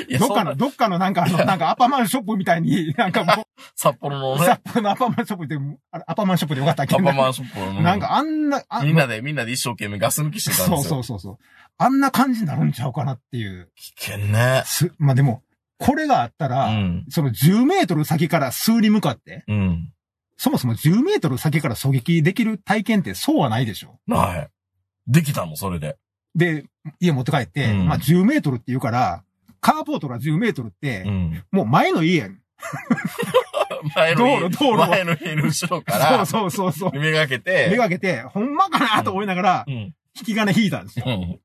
[SPEAKER 3] いや、
[SPEAKER 4] どっ
[SPEAKER 3] そん
[SPEAKER 4] か
[SPEAKER 3] な
[SPEAKER 4] の、どっかのな んか、あの、なんかアパマンショップみたいに、なんかも
[SPEAKER 3] 札幌の
[SPEAKER 4] う、
[SPEAKER 3] ね、
[SPEAKER 4] 札幌のアパマンショップで、あれアパマンショップでよかったっ
[SPEAKER 3] パ
[SPEAKER 4] け
[SPEAKER 3] パマ
[SPEAKER 4] な
[SPEAKER 3] ンショップの、
[SPEAKER 4] なんかあんな、あ
[SPEAKER 3] みんなで、みんなで一生懸命ガス抜きしてたんで
[SPEAKER 4] そう
[SPEAKER 3] すよ。
[SPEAKER 4] そうそうそう。あんな感じになるんちゃうかなっていう。
[SPEAKER 3] 危険ね。
[SPEAKER 4] す、まあでも、これがあった
[SPEAKER 3] う
[SPEAKER 4] ら、
[SPEAKER 3] ん。
[SPEAKER 4] その10メートル先から数に向かって、
[SPEAKER 3] うん。
[SPEAKER 4] そもそも10メートル先から狙撃できる体験ってそうはないでしょ。
[SPEAKER 3] はい。できたの、それで。
[SPEAKER 4] で、家持って帰って、
[SPEAKER 3] うん
[SPEAKER 4] まあ10メートルって言うから、カーポートが10メートルって、
[SPEAKER 3] うん。
[SPEAKER 4] もう前の家やん。
[SPEAKER 3] 前の家
[SPEAKER 4] 道路道路
[SPEAKER 3] 前の家の後ろから、
[SPEAKER 4] そうそうそうそう。
[SPEAKER 3] めがけ
[SPEAKER 4] 目
[SPEAKER 3] て、
[SPEAKER 4] がけて、ほんまかなと思いながら、
[SPEAKER 3] うん。
[SPEAKER 4] 引き金引いたんですよ。
[SPEAKER 3] うん。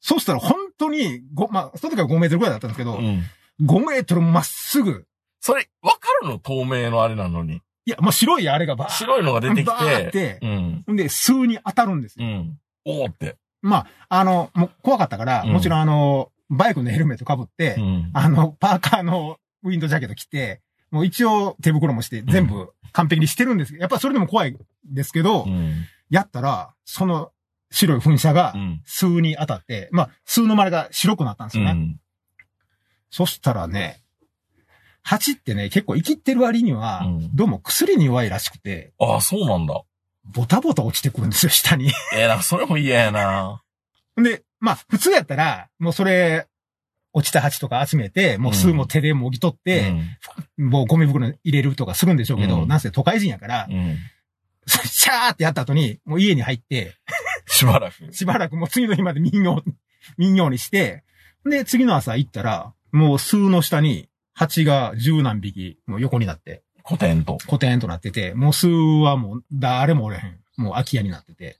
[SPEAKER 4] そうしたら本当に、ご、まあ、その時は5メートルぐらいだったんですけど、
[SPEAKER 3] うん。
[SPEAKER 4] 5メートルまっすぐ、
[SPEAKER 3] それ、わかるの透明のあれなのに。
[SPEAKER 4] いや、もう白いあれがバー
[SPEAKER 3] 白いのが出て
[SPEAKER 4] バー
[SPEAKER 3] き、
[SPEAKER 4] ってて
[SPEAKER 3] う、ん。
[SPEAKER 4] んで、数に当たるんですよ。
[SPEAKER 3] うん。おーって。
[SPEAKER 4] まあ、あの、もう怖かったから、
[SPEAKER 3] うん
[SPEAKER 4] もちろんあの、バイクのヘルメット被って、
[SPEAKER 3] うん。
[SPEAKER 4] あの、パーカーのウィンドジャケット着て、もう一応手袋もして、全部完璧にしてるんですけど、やっぱそれでも怖いですけど、
[SPEAKER 3] うん。
[SPEAKER 4] やったら、その白い噴射が
[SPEAKER 3] うん。
[SPEAKER 4] 数に当たって、まあ、数の丸が白くなったんです
[SPEAKER 3] う
[SPEAKER 4] よね。
[SPEAKER 3] ん。
[SPEAKER 4] そしたらね、蜂ってね、結構生きってる割には、
[SPEAKER 3] うん
[SPEAKER 4] どうも薬に弱いらしくて、
[SPEAKER 3] ああ、そうなんだ。
[SPEAKER 4] ボタボタ落ちてくるんですよ、下に。
[SPEAKER 3] ええなんかそれも嫌やな。
[SPEAKER 4] で、まあ、普通やったら、もうそれ、落ちた蜂とか集めて、もう数も手でもぎ取って、
[SPEAKER 3] うん
[SPEAKER 4] もうゴミ袋に入れるとかするんでしょうけど、
[SPEAKER 3] うん
[SPEAKER 4] なんせ都会人やから、
[SPEAKER 3] うん。
[SPEAKER 4] シャーってやった後に、もう家に入って、
[SPEAKER 3] しばらく。
[SPEAKER 4] しばらくもう次の日まで民謡、民謡にして、で、次の朝行ったら、もう数の下に、蜂が十何匹、もう横になって、
[SPEAKER 3] 古典と。
[SPEAKER 4] コテンとなってて、もう数はもう誰もおれへん。もう空き家になってて。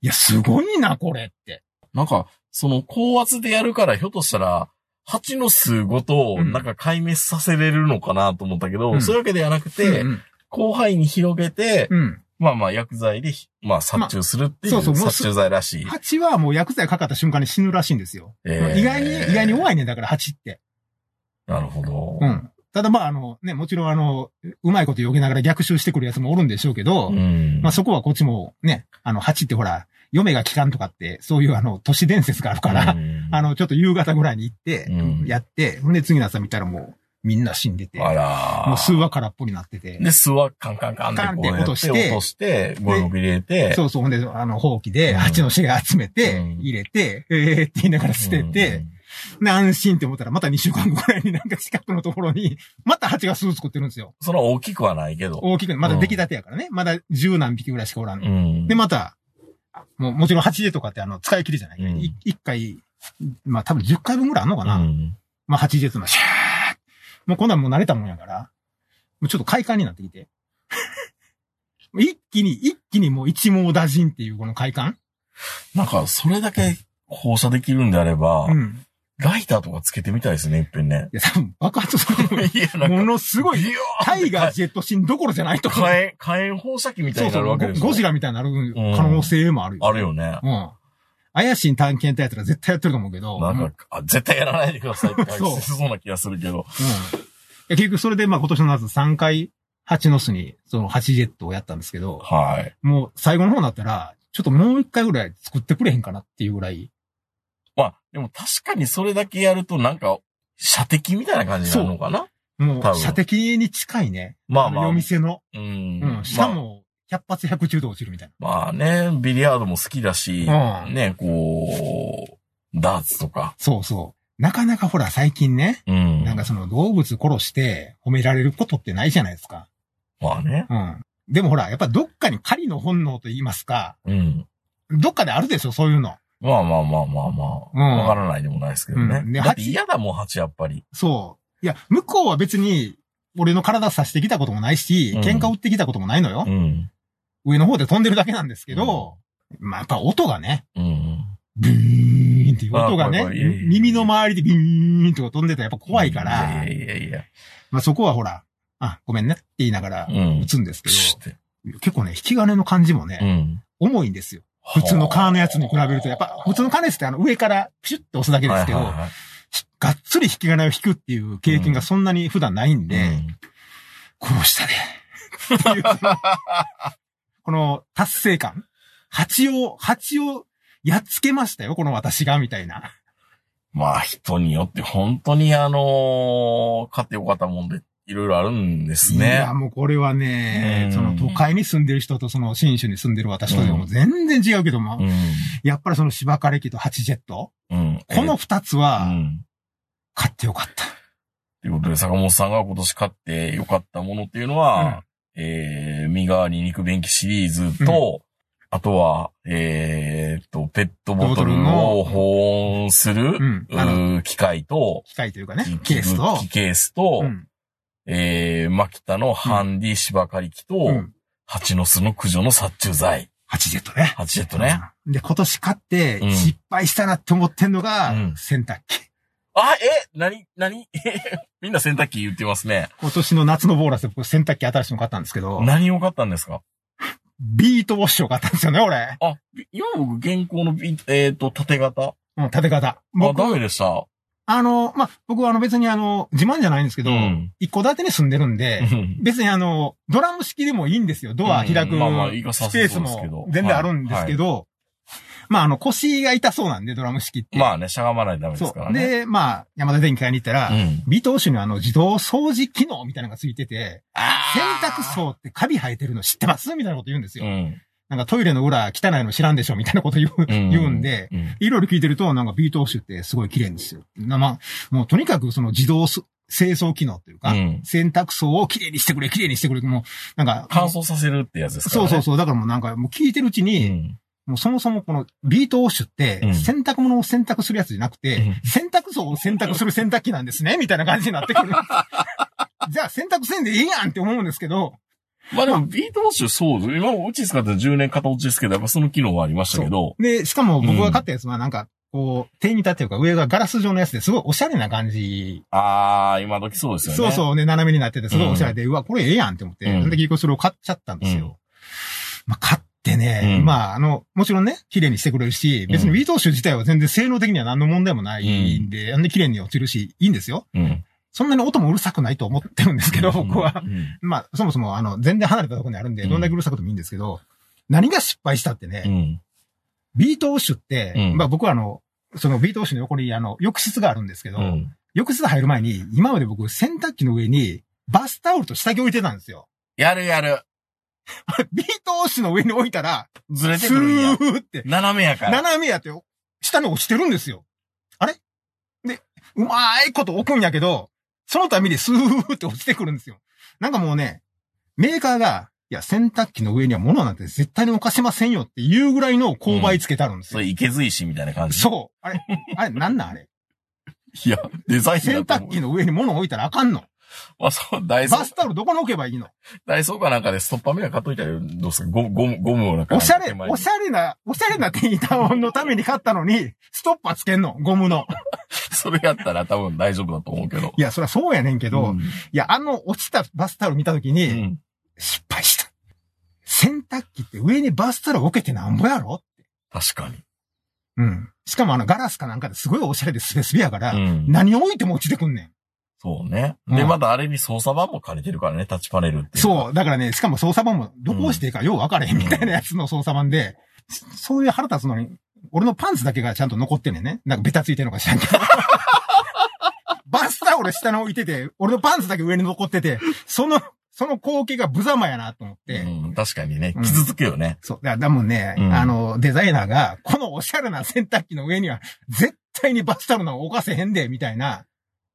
[SPEAKER 4] いや、すごいな、これって。
[SPEAKER 3] なんか、その高圧でやるから、ひょっとしたら、蜂の巣ごと、
[SPEAKER 4] うん
[SPEAKER 3] なんか壊滅させれるのかなと思ったけど、
[SPEAKER 4] うん
[SPEAKER 3] そういうわけではなくて、
[SPEAKER 4] うん
[SPEAKER 3] 広範囲に広げて、
[SPEAKER 4] うん、うん。
[SPEAKER 3] まあまあ薬剤でひ、まあ殺虫するっていう、
[SPEAKER 4] まあそうそうもうす
[SPEAKER 3] 殺虫剤らしい。
[SPEAKER 4] 蜂はもう薬剤かかった瞬間に死ぬらしいんですよ。
[SPEAKER 3] えー
[SPEAKER 4] 意外に、意外に弱いね、だから蜂って。
[SPEAKER 3] なるほど。
[SPEAKER 4] うん。ただまあ、あの、ね、もちろんあの、うまいこと避けながら逆襲してくるやつもおるんでしょうけど、
[SPEAKER 3] うん
[SPEAKER 4] まあそこはこっちもね、あの、蜂ってほら、嫁が帰還とかって、そういうあの、都市伝説があるから、
[SPEAKER 3] うん
[SPEAKER 4] あの、ちょっと夕方ぐらいに行って
[SPEAKER 3] うん、
[SPEAKER 4] やって、ほんで次の朝見たらもう、みんな死んでて、
[SPEAKER 3] あらー
[SPEAKER 4] もう数は空っぽになってて、
[SPEAKER 3] で、巣はカンカンカンってこうやって
[SPEAKER 4] カンって落として
[SPEAKER 3] 落として、ゴミ箱入れて、
[SPEAKER 4] そうそう、ほんで、あの、ほうき
[SPEAKER 3] う
[SPEAKER 4] で、
[SPEAKER 3] ん
[SPEAKER 4] 蜂の死骸集めて
[SPEAKER 3] うん、
[SPEAKER 4] 入れて、えーって言いながら捨てて、で安心って思ったら、また2週間後ぐらいになんか近くのところに、また蜂が巣作ってるんですよ。
[SPEAKER 3] その大きくはないけど。
[SPEAKER 4] 大きく、まだ出来立てやからね。まだ十何匹ぐらいしかおらん
[SPEAKER 3] う。ん。
[SPEAKER 4] で、また、もうもちろん 8J とかってあの、使い切りじゃない。
[SPEAKER 3] うん
[SPEAKER 4] い一回、まあ多分10回分ぐらいあんのかな。
[SPEAKER 3] うん
[SPEAKER 4] まあ 8J ってのはシャーもうこんなんもう慣れたもんやから、もうちょっと快感になってきて。 もう一気に、一気にもう一網打尽っていうこの快感
[SPEAKER 3] なんか、それだけ放射できるんであれば、
[SPEAKER 4] うん。
[SPEAKER 3] ライターとかつけてみたいですね、いっぺんね。
[SPEAKER 4] や、多分爆発すると思う。
[SPEAKER 3] いや、なんか、
[SPEAKER 4] ものすごい
[SPEAKER 3] ビ、ヨー
[SPEAKER 4] タイガージェットシンどころじゃ ないと思う。
[SPEAKER 3] 火炎、火炎放射器みたい
[SPEAKER 4] そう
[SPEAKER 3] にな
[SPEAKER 4] そう
[SPEAKER 3] るわけです
[SPEAKER 4] ゴゴジ
[SPEAKER 3] ラ。
[SPEAKER 4] ラみたいになる可能性もあるよ。
[SPEAKER 3] あるよね。
[SPEAKER 4] うん。怪しい探検隊やったら絶対やってると思うけど。
[SPEAKER 3] な
[SPEAKER 4] うんうん
[SPEAKER 3] んか、あ絶対やらないでくださいって感
[SPEAKER 4] そう
[SPEAKER 3] じしそうな気がするけど。
[SPEAKER 4] いや結局それでまあ今年の夏3回、蜂の巣に、その蜂ジェットをやったんですけど、
[SPEAKER 3] はい。
[SPEAKER 4] もう最後の方になったら、ちょっともう一回ぐらい作ってくれへんかなっていうぐらい。
[SPEAKER 3] まあ、でも確かにそれだけやるとなんか、射的みたいな感じになるのかな
[SPEAKER 4] も
[SPEAKER 3] 多
[SPEAKER 4] う、
[SPEAKER 3] 分
[SPEAKER 4] 射的に近いね。
[SPEAKER 3] まあまあ。
[SPEAKER 4] お
[SPEAKER 3] うん。
[SPEAKER 4] 店の。うん。しか
[SPEAKER 3] まあ。
[SPEAKER 4] も、100発110度落ちるみたい
[SPEAKER 3] まあね、ビリヤードも好きだし、
[SPEAKER 4] な。うん。
[SPEAKER 3] ね、こう、ダーツとか。
[SPEAKER 4] そうそう。なかなかほら最近ね、
[SPEAKER 3] うん。
[SPEAKER 4] なんかその動物殺して褒められることってないじゃないですか。
[SPEAKER 3] まあね。
[SPEAKER 4] うん。でもほら、やっぱどっかに狩りの本能と言いますか、
[SPEAKER 3] うん。
[SPEAKER 4] どっかであるでしょ、そういうの。
[SPEAKER 3] まあまあまあまあまあ。
[SPEAKER 4] うん
[SPEAKER 3] わからないでもないですけどね。
[SPEAKER 4] うんね
[SPEAKER 3] だって
[SPEAKER 4] 蜂
[SPEAKER 3] 嫌だもん、蜂やっぱり。
[SPEAKER 4] そう。いや、向こうは別に、俺の体さしてきたこともないし、
[SPEAKER 3] うん
[SPEAKER 4] 喧嘩売ってきたこともないのよ
[SPEAKER 3] う。ん。
[SPEAKER 4] 上の方で飛んでるだけなんですけど、まあ、やっぱ音がね、
[SPEAKER 3] うん。
[SPEAKER 4] ブーンっていう音が
[SPEAKER 3] あ
[SPEAKER 4] ね、
[SPEAKER 3] 怖い怖い
[SPEAKER 4] 耳の周りでビーンって飛んでたらやっぱ怖いから
[SPEAKER 3] いや、いやいやいや。
[SPEAKER 4] まあそこはほら、あ、ごめんねって言いながら
[SPEAKER 3] うん
[SPEAKER 4] 打つんですけ
[SPEAKER 3] プシュって。
[SPEAKER 4] ど、結構ね、引き金の感じも
[SPEAKER 3] う
[SPEAKER 4] ね、
[SPEAKER 3] ん。
[SPEAKER 4] 重いんですよ。普通のカーのやつに比べると、やっぱ普通のカーのやつってあの上からピシュッと押すだけですけど、
[SPEAKER 3] はいはいはい
[SPEAKER 4] がっつり引き金を引くっていう経験がそんなに普段ないんで、こうしたね。 っていうそのこの達成感。蜂を、蜂をやっつけましたよ、この私が、みたいな。
[SPEAKER 3] まあ人によって本当にあのー、買ってよかったもんで、いろいろあるんです
[SPEAKER 4] い
[SPEAKER 3] ね
[SPEAKER 4] や、。もうこれはね
[SPEAKER 3] う、ん
[SPEAKER 4] その都会に住んでる人とその新州に住んでる私とでも全然違うけども、
[SPEAKER 3] うん。
[SPEAKER 4] やっぱりその芝刈り機と蜂ジェット、
[SPEAKER 3] うん。
[SPEAKER 4] この二つ
[SPEAKER 3] う
[SPEAKER 4] は
[SPEAKER 3] ん。
[SPEAKER 4] 買ってよかった。
[SPEAKER 3] ということで、坂本さんが今年買ってよかったものっていうのは、えー、身代わり肉便器シリーズと、あとは、えーっと、ペットボトルを保温する、
[SPEAKER 4] うんあの
[SPEAKER 3] うー機械と、
[SPEAKER 4] 機械というかね
[SPEAKER 3] キ、
[SPEAKER 4] ケースと
[SPEAKER 3] キ、ケースと、
[SPEAKER 4] うん
[SPEAKER 3] えー、マキタのハンディ芝刈り機と、
[SPEAKER 4] うん
[SPEAKER 3] 蜂の巣の駆除の殺虫剤。
[SPEAKER 4] 蜂ジェットね。
[SPEAKER 3] 蜂ジェットね。
[SPEAKER 4] で、今年買って
[SPEAKER 3] うん
[SPEAKER 4] 失敗したなって思ってんの
[SPEAKER 3] う
[SPEAKER 4] が
[SPEAKER 3] ん、
[SPEAKER 4] 洗濯機。
[SPEAKER 3] あ、え、なに、なに みんな洗濯機言ってますね。
[SPEAKER 4] 今年の夏のボーナスで僕洗濯機新しいの買ったんですけど、
[SPEAKER 3] 何を買ったんですか
[SPEAKER 4] ビートウォッシュを買ったんですよね、俺。
[SPEAKER 3] あ、び今僕現行のビ、えっ、と、縦型。
[SPEAKER 4] うん、縦型。
[SPEAKER 3] あ、
[SPEAKER 4] 僕、
[SPEAKER 3] ダ
[SPEAKER 4] あ
[SPEAKER 3] メでした。
[SPEAKER 4] の、まあ、僕はあの別にあの、自慢じゃないんですけど、
[SPEAKER 3] うん
[SPEAKER 4] 一戸建てに住んでるんで、別にあの、ドラム式でもいいんですよ。ドア開く
[SPEAKER 3] うんまあまあいいか
[SPEAKER 4] スペース
[SPEAKER 3] さそうですけど
[SPEAKER 4] も全然あるんですけど、まああの、腰が痛そうなんで、ドラム式っ て。
[SPEAKER 3] まあね、しゃがまないとダメです
[SPEAKER 4] そ
[SPEAKER 3] から
[SPEAKER 4] う。
[SPEAKER 3] ね。
[SPEAKER 4] で、まあ、山田電機買いに行ったら、
[SPEAKER 3] うん。
[SPEAKER 4] ビートウォッシュにはあの、自動掃除機能みたいなのがついてて、洗濯
[SPEAKER 3] う。
[SPEAKER 4] 槽ってカビ生えてるの知ってますみたいなこと言うんですよ。
[SPEAKER 3] うん。
[SPEAKER 4] なんかトイレの裏汚いの知らんでしょみたいなこと言う、言うんで、
[SPEAKER 3] う
[SPEAKER 4] いろいろ聞いてると、なんかビートウォッシュってすごい綺麗んですよ。なまあ、もうとにかくその自動す清掃機能というか、
[SPEAKER 3] うん
[SPEAKER 4] 洗濯槽を綺麗にしてくれ、綺麗にしてくれ、もう、なんか、
[SPEAKER 3] 乾燥させるってやつですか
[SPEAKER 4] そ
[SPEAKER 3] ら
[SPEAKER 4] う
[SPEAKER 3] ね。
[SPEAKER 4] そうそう。だからもうなんか、もう聞いてるうちに、
[SPEAKER 3] うん
[SPEAKER 4] もうそもそもこのビートウォッシュって
[SPEAKER 3] う、ん
[SPEAKER 4] 洗濯物を洗濯するやつじゃなくて、
[SPEAKER 3] うん
[SPEAKER 4] 洗濯槽を洗濯する洗濯機なんですね、みたいな感じに なってくる。じゃあ洗濯せんでいいやんって思うんですけど、
[SPEAKER 3] まあでも、ビートウォッシュそうです。今、うち使って10年片落ちですけど、やっぱその機能はありましたけど、
[SPEAKER 4] で、しかも僕が買ったやつはなんか、こう、手に立っていうか上がガラス状のやつですごいおしゃれな感じ
[SPEAKER 3] あー、今時そうですよね。
[SPEAKER 4] そう
[SPEAKER 3] う。
[SPEAKER 4] そうね、斜めになってて、すごいおしゃれで、うわ、これええやんって思って、
[SPEAKER 3] うん
[SPEAKER 4] なんで結局それを買っちゃったんですよ。まあ、買ってね、
[SPEAKER 3] うん
[SPEAKER 4] まあ、あの、もちろんね、綺麗にしてくれるし、別に
[SPEAKER 3] うん
[SPEAKER 4] ビートウッシュ自体は全然性能的には何の問題もないんで、あんで綺麗に落ちるし、いいんですよ。
[SPEAKER 3] うん。
[SPEAKER 4] そんなに音もうるさくないと思ってるんですけど、僕は。
[SPEAKER 3] うん。
[SPEAKER 4] まあ、そもそも、あの、全然離れたところにあるんで、
[SPEAKER 3] うん
[SPEAKER 4] どんだけうるさくてもいいんですけど、何が失敗したってね、
[SPEAKER 3] うん。
[SPEAKER 4] ビートウォッシュって、
[SPEAKER 3] うん
[SPEAKER 4] まあ僕はあの、そのビートウォッシュの横に、あの、浴室があるんですけど、
[SPEAKER 3] うん。
[SPEAKER 4] 浴室入る前に、今まで僕洗濯機の上にバスタオルと下着置いてたんですよ。
[SPEAKER 3] やるやる。
[SPEAKER 4] あれビート押しの上に置いたら、
[SPEAKER 3] ずれて
[SPEAKER 4] ス
[SPEAKER 3] くるんや。
[SPEAKER 4] ーって、
[SPEAKER 3] 斜めやから。
[SPEAKER 4] 斜めやって、下に落ちてるんですよ。あれで、うまーいこと置くんやけど、そのためにスーって落ちてくるんですよ。なんかもうね、メーカーが、いや、洗濯機の上には物なんて絶対に置かせませんよっていうぐらいの勾配つけてあるんです
[SPEAKER 3] そ
[SPEAKER 4] よ。
[SPEAKER 3] れ、いけずいしみたいな感じ。
[SPEAKER 4] そう。あれ、あれ、なんなん あれ。
[SPEAKER 3] いや、デザイン
[SPEAKER 4] 洗
[SPEAKER 3] だと思
[SPEAKER 4] 濯
[SPEAKER 3] う
[SPEAKER 4] 機の上に物置いたらあかんの。
[SPEAKER 3] まあ、そう、ダイソ
[SPEAKER 4] バ
[SPEAKER 3] ー
[SPEAKER 4] ス、タオルどこに置けばいいの
[SPEAKER 3] ダイソーかなんかでストッパーみたいなの買っといたらどうですかゴム、ゴム、ゴムをなんか。
[SPEAKER 4] おしゃれ
[SPEAKER 3] 手、前に
[SPEAKER 4] おしゃれな、おしゃれな店員タウンのために買ったのに、ストッパーつけんの、ゴムの。
[SPEAKER 3] それやったら多分大丈夫だと思うけど。
[SPEAKER 4] いや、そりゃそうやねんけど、
[SPEAKER 3] うん
[SPEAKER 4] いや、あの落ちたバスタオル見たときに、
[SPEAKER 3] うん
[SPEAKER 4] 失敗した。洗濯機って上にバスタオル置けてなんぼやろ
[SPEAKER 3] 確かに。
[SPEAKER 4] うん。しかもあのガラスかなんかですごいおしゃれでスベスベやから、
[SPEAKER 3] うん
[SPEAKER 4] 何を置いても落ちてくんねん。
[SPEAKER 3] そうね。
[SPEAKER 4] うん
[SPEAKER 3] で、まだあれに操作版も借りてるからね、タッチパネルっていう。
[SPEAKER 4] そう。だからね、しかも操作版もどこ押していいかよう分かれへんみたいなやつの操作版で、そういう腹立つのに、俺のパンツだけがちゃんと残ってんねんね。なんかベタついてんのか知らんけ ど。バスタオル下に置いてて、俺のパンツだけ上に残ってて、その、その光景が無様やなと思って。
[SPEAKER 3] うん、確かにね
[SPEAKER 4] う、ん
[SPEAKER 3] 傷つくよね。
[SPEAKER 4] そう。だから、でもね、
[SPEAKER 3] うん
[SPEAKER 4] あの、デザイナーが、このおしゃれな洗濯機の上には、絶対にバスタオルなんか置かせへんで、みたいな、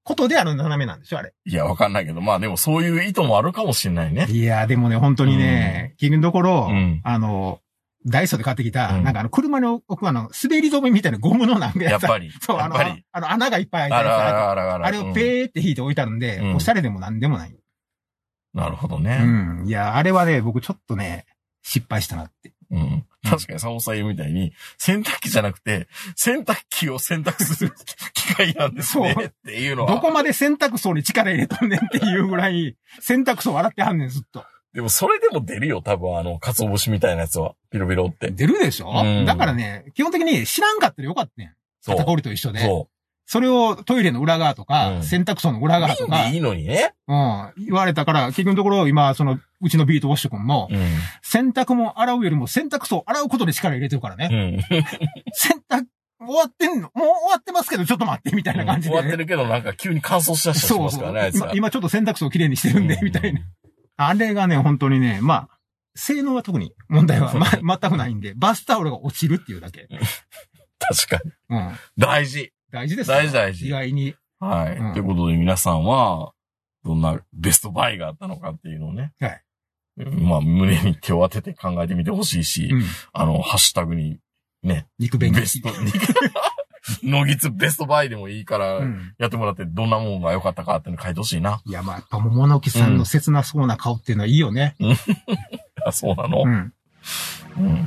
[SPEAKER 4] ことであの斜めなんでしょ、あれ。
[SPEAKER 3] いや、わかんないけど、まあでもそういう意図もあるかもしれないね。
[SPEAKER 4] いやー、でもね、本当にね、結局のところ、
[SPEAKER 3] うん
[SPEAKER 4] あの、ダイソーで買ってきた、
[SPEAKER 3] うん
[SPEAKER 4] なんかあの、車に置くあの、滑り止めみたいなゴムのなんか
[SPEAKER 3] や
[SPEAKER 4] や
[SPEAKER 3] っ
[SPEAKER 4] つ。
[SPEAKER 3] ぱり。
[SPEAKER 4] そう、
[SPEAKER 3] や
[SPEAKER 4] あ
[SPEAKER 3] っ
[SPEAKER 4] の
[SPEAKER 3] ぱり。、
[SPEAKER 4] あの穴がいっぱい
[SPEAKER 3] あ
[SPEAKER 4] 開いてるやつ
[SPEAKER 3] らあらあらあら。
[SPEAKER 4] あれを
[SPEAKER 3] うん
[SPEAKER 4] ペーって引いて置いてあるんで、
[SPEAKER 3] うん
[SPEAKER 4] おしゃれでもなんでもない。
[SPEAKER 3] なるほど
[SPEAKER 4] う
[SPEAKER 3] ね。
[SPEAKER 4] ん。いやー、あれはね、僕ちょっとね、失敗したなって。
[SPEAKER 3] うん。確かに、サオさん言うみたいに、洗濯機じゃなくて、洗濯機を洗濯する機械なんですね
[SPEAKER 4] そう。
[SPEAKER 3] っていうの
[SPEAKER 4] ど
[SPEAKER 3] は。
[SPEAKER 4] こまで洗濯槽に力入れとんねんっていうぐらい、 洗濯槽笑ってはんねん、ずっと。
[SPEAKER 3] でも、それでも出るよ、多分、あの、鰹節みたいなやつは。ピロピロって。
[SPEAKER 4] 出るでしょ、
[SPEAKER 3] うん
[SPEAKER 4] だからね、基本的に知らんかったらよかったねん。
[SPEAKER 3] そう
[SPEAKER 4] 肩。こりと一緒で。
[SPEAKER 3] そ
[SPEAKER 4] それをトイレの裏側とか、
[SPEAKER 3] うん
[SPEAKER 4] 洗濯槽の裏
[SPEAKER 3] う。
[SPEAKER 4] 側と
[SPEAKER 3] 瓶
[SPEAKER 4] か
[SPEAKER 3] でい、いのにね。
[SPEAKER 4] うん、言われたから、結局のところ今、その、うちのビートウォッシュ君も、
[SPEAKER 3] うん。
[SPEAKER 4] 洗濯も洗うよりも洗濯槽を洗うことで力入れてるから
[SPEAKER 3] う
[SPEAKER 4] ね。
[SPEAKER 3] ん。
[SPEAKER 4] 洗濯、終わってんのもう終わってますけど、ちょっと待って、みたいな感じ
[SPEAKER 3] 終
[SPEAKER 4] で。
[SPEAKER 3] わってるけど、なんか急に乾燥しだしたりし
[SPEAKER 4] そう
[SPEAKER 3] ます
[SPEAKER 4] そ
[SPEAKER 3] から
[SPEAKER 4] う
[SPEAKER 3] ね、あいつ
[SPEAKER 4] 今
[SPEAKER 3] ら。。
[SPEAKER 4] 今ちょっと洗濯槽をきれいにしてるんで、みたいな。あれがね、本当にね、まあ、性能は特に問題は、ま、 全くないんで、バスタオルが落ちるっていうだけ。
[SPEAKER 3] 確かに。
[SPEAKER 4] うん。
[SPEAKER 3] 大事。
[SPEAKER 4] 大事ですよ
[SPEAKER 3] 大事大
[SPEAKER 4] 意
[SPEAKER 3] 事。
[SPEAKER 4] 外に。
[SPEAKER 3] はい。
[SPEAKER 4] うん
[SPEAKER 3] ということで皆さんは、どんなベストバイがあったのかっていうのをね。
[SPEAKER 4] はい
[SPEAKER 3] まあ、胸に手を当てて考えてみてほしいし、
[SPEAKER 4] うん。
[SPEAKER 3] あの、ハッシュタグに、ね、
[SPEAKER 4] 肉
[SPEAKER 3] ベ
[SPEAKER 4] 弁
[SPEAKER 3] スト、 のぎつベストバイでもいいから、
[SPEAKER 4] うん。
[SPEAKER 3] やってもらってどんなもんが良かったかっていうの書いてほしいな。
[SPEAKER 4] いや、まあ、やっぱ桃の木さんの切なそうな顔っていうのはいいよね。
[SPEAKER 3] あ、そうなの
[SPEAKER 4] う。ん。
[SPEAKER 3] うん。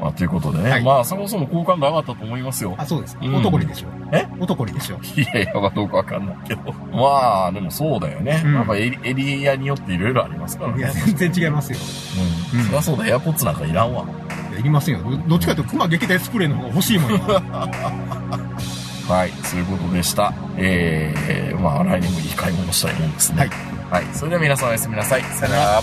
[SPEAKER 3] まあ、ということでね。
[SPEAKER 4] はい
[SPEAKER 3] まあ、そもそも好感度上がったと思いますよ。
[SPEAKER 4] あ、そうですか。
[SPEAKER 3] うん
[SPEAKER 4] 男にでしょ。
[SPEAKER 3] え
[SPEAKER 4] 男にでしょ。
[SPEAKER 3] いやいや、まあどうかわかんないけど。 まあ、でもそうだよね。
[SPEAKER 4] うん
[SPEAKER 3] やっぱエリエリアによっていろいろありますから
[SPEAKER 4] い
[SPEAKER 3] ね。
[SPEAKER 4] や、全然違いますよ。
[SPEAKER 3] うん。
[SPEAKER 4] うん
[SPEAKER 3] そりゃそうだ、エアポッツなんかいらんわ。
[SPEAKER 4] いやいりませんよ。どどっちかというと、熊撃退スプレーの方が欲しいもん今
[SPEAKER 3] はい、そういうことでした。えー、まあ来年もいい買い物したいもんですね。
[SPEAKER 4] はい。
[SPEAKER 3] はい、それでは皆さんおやすみなさい。さよなら。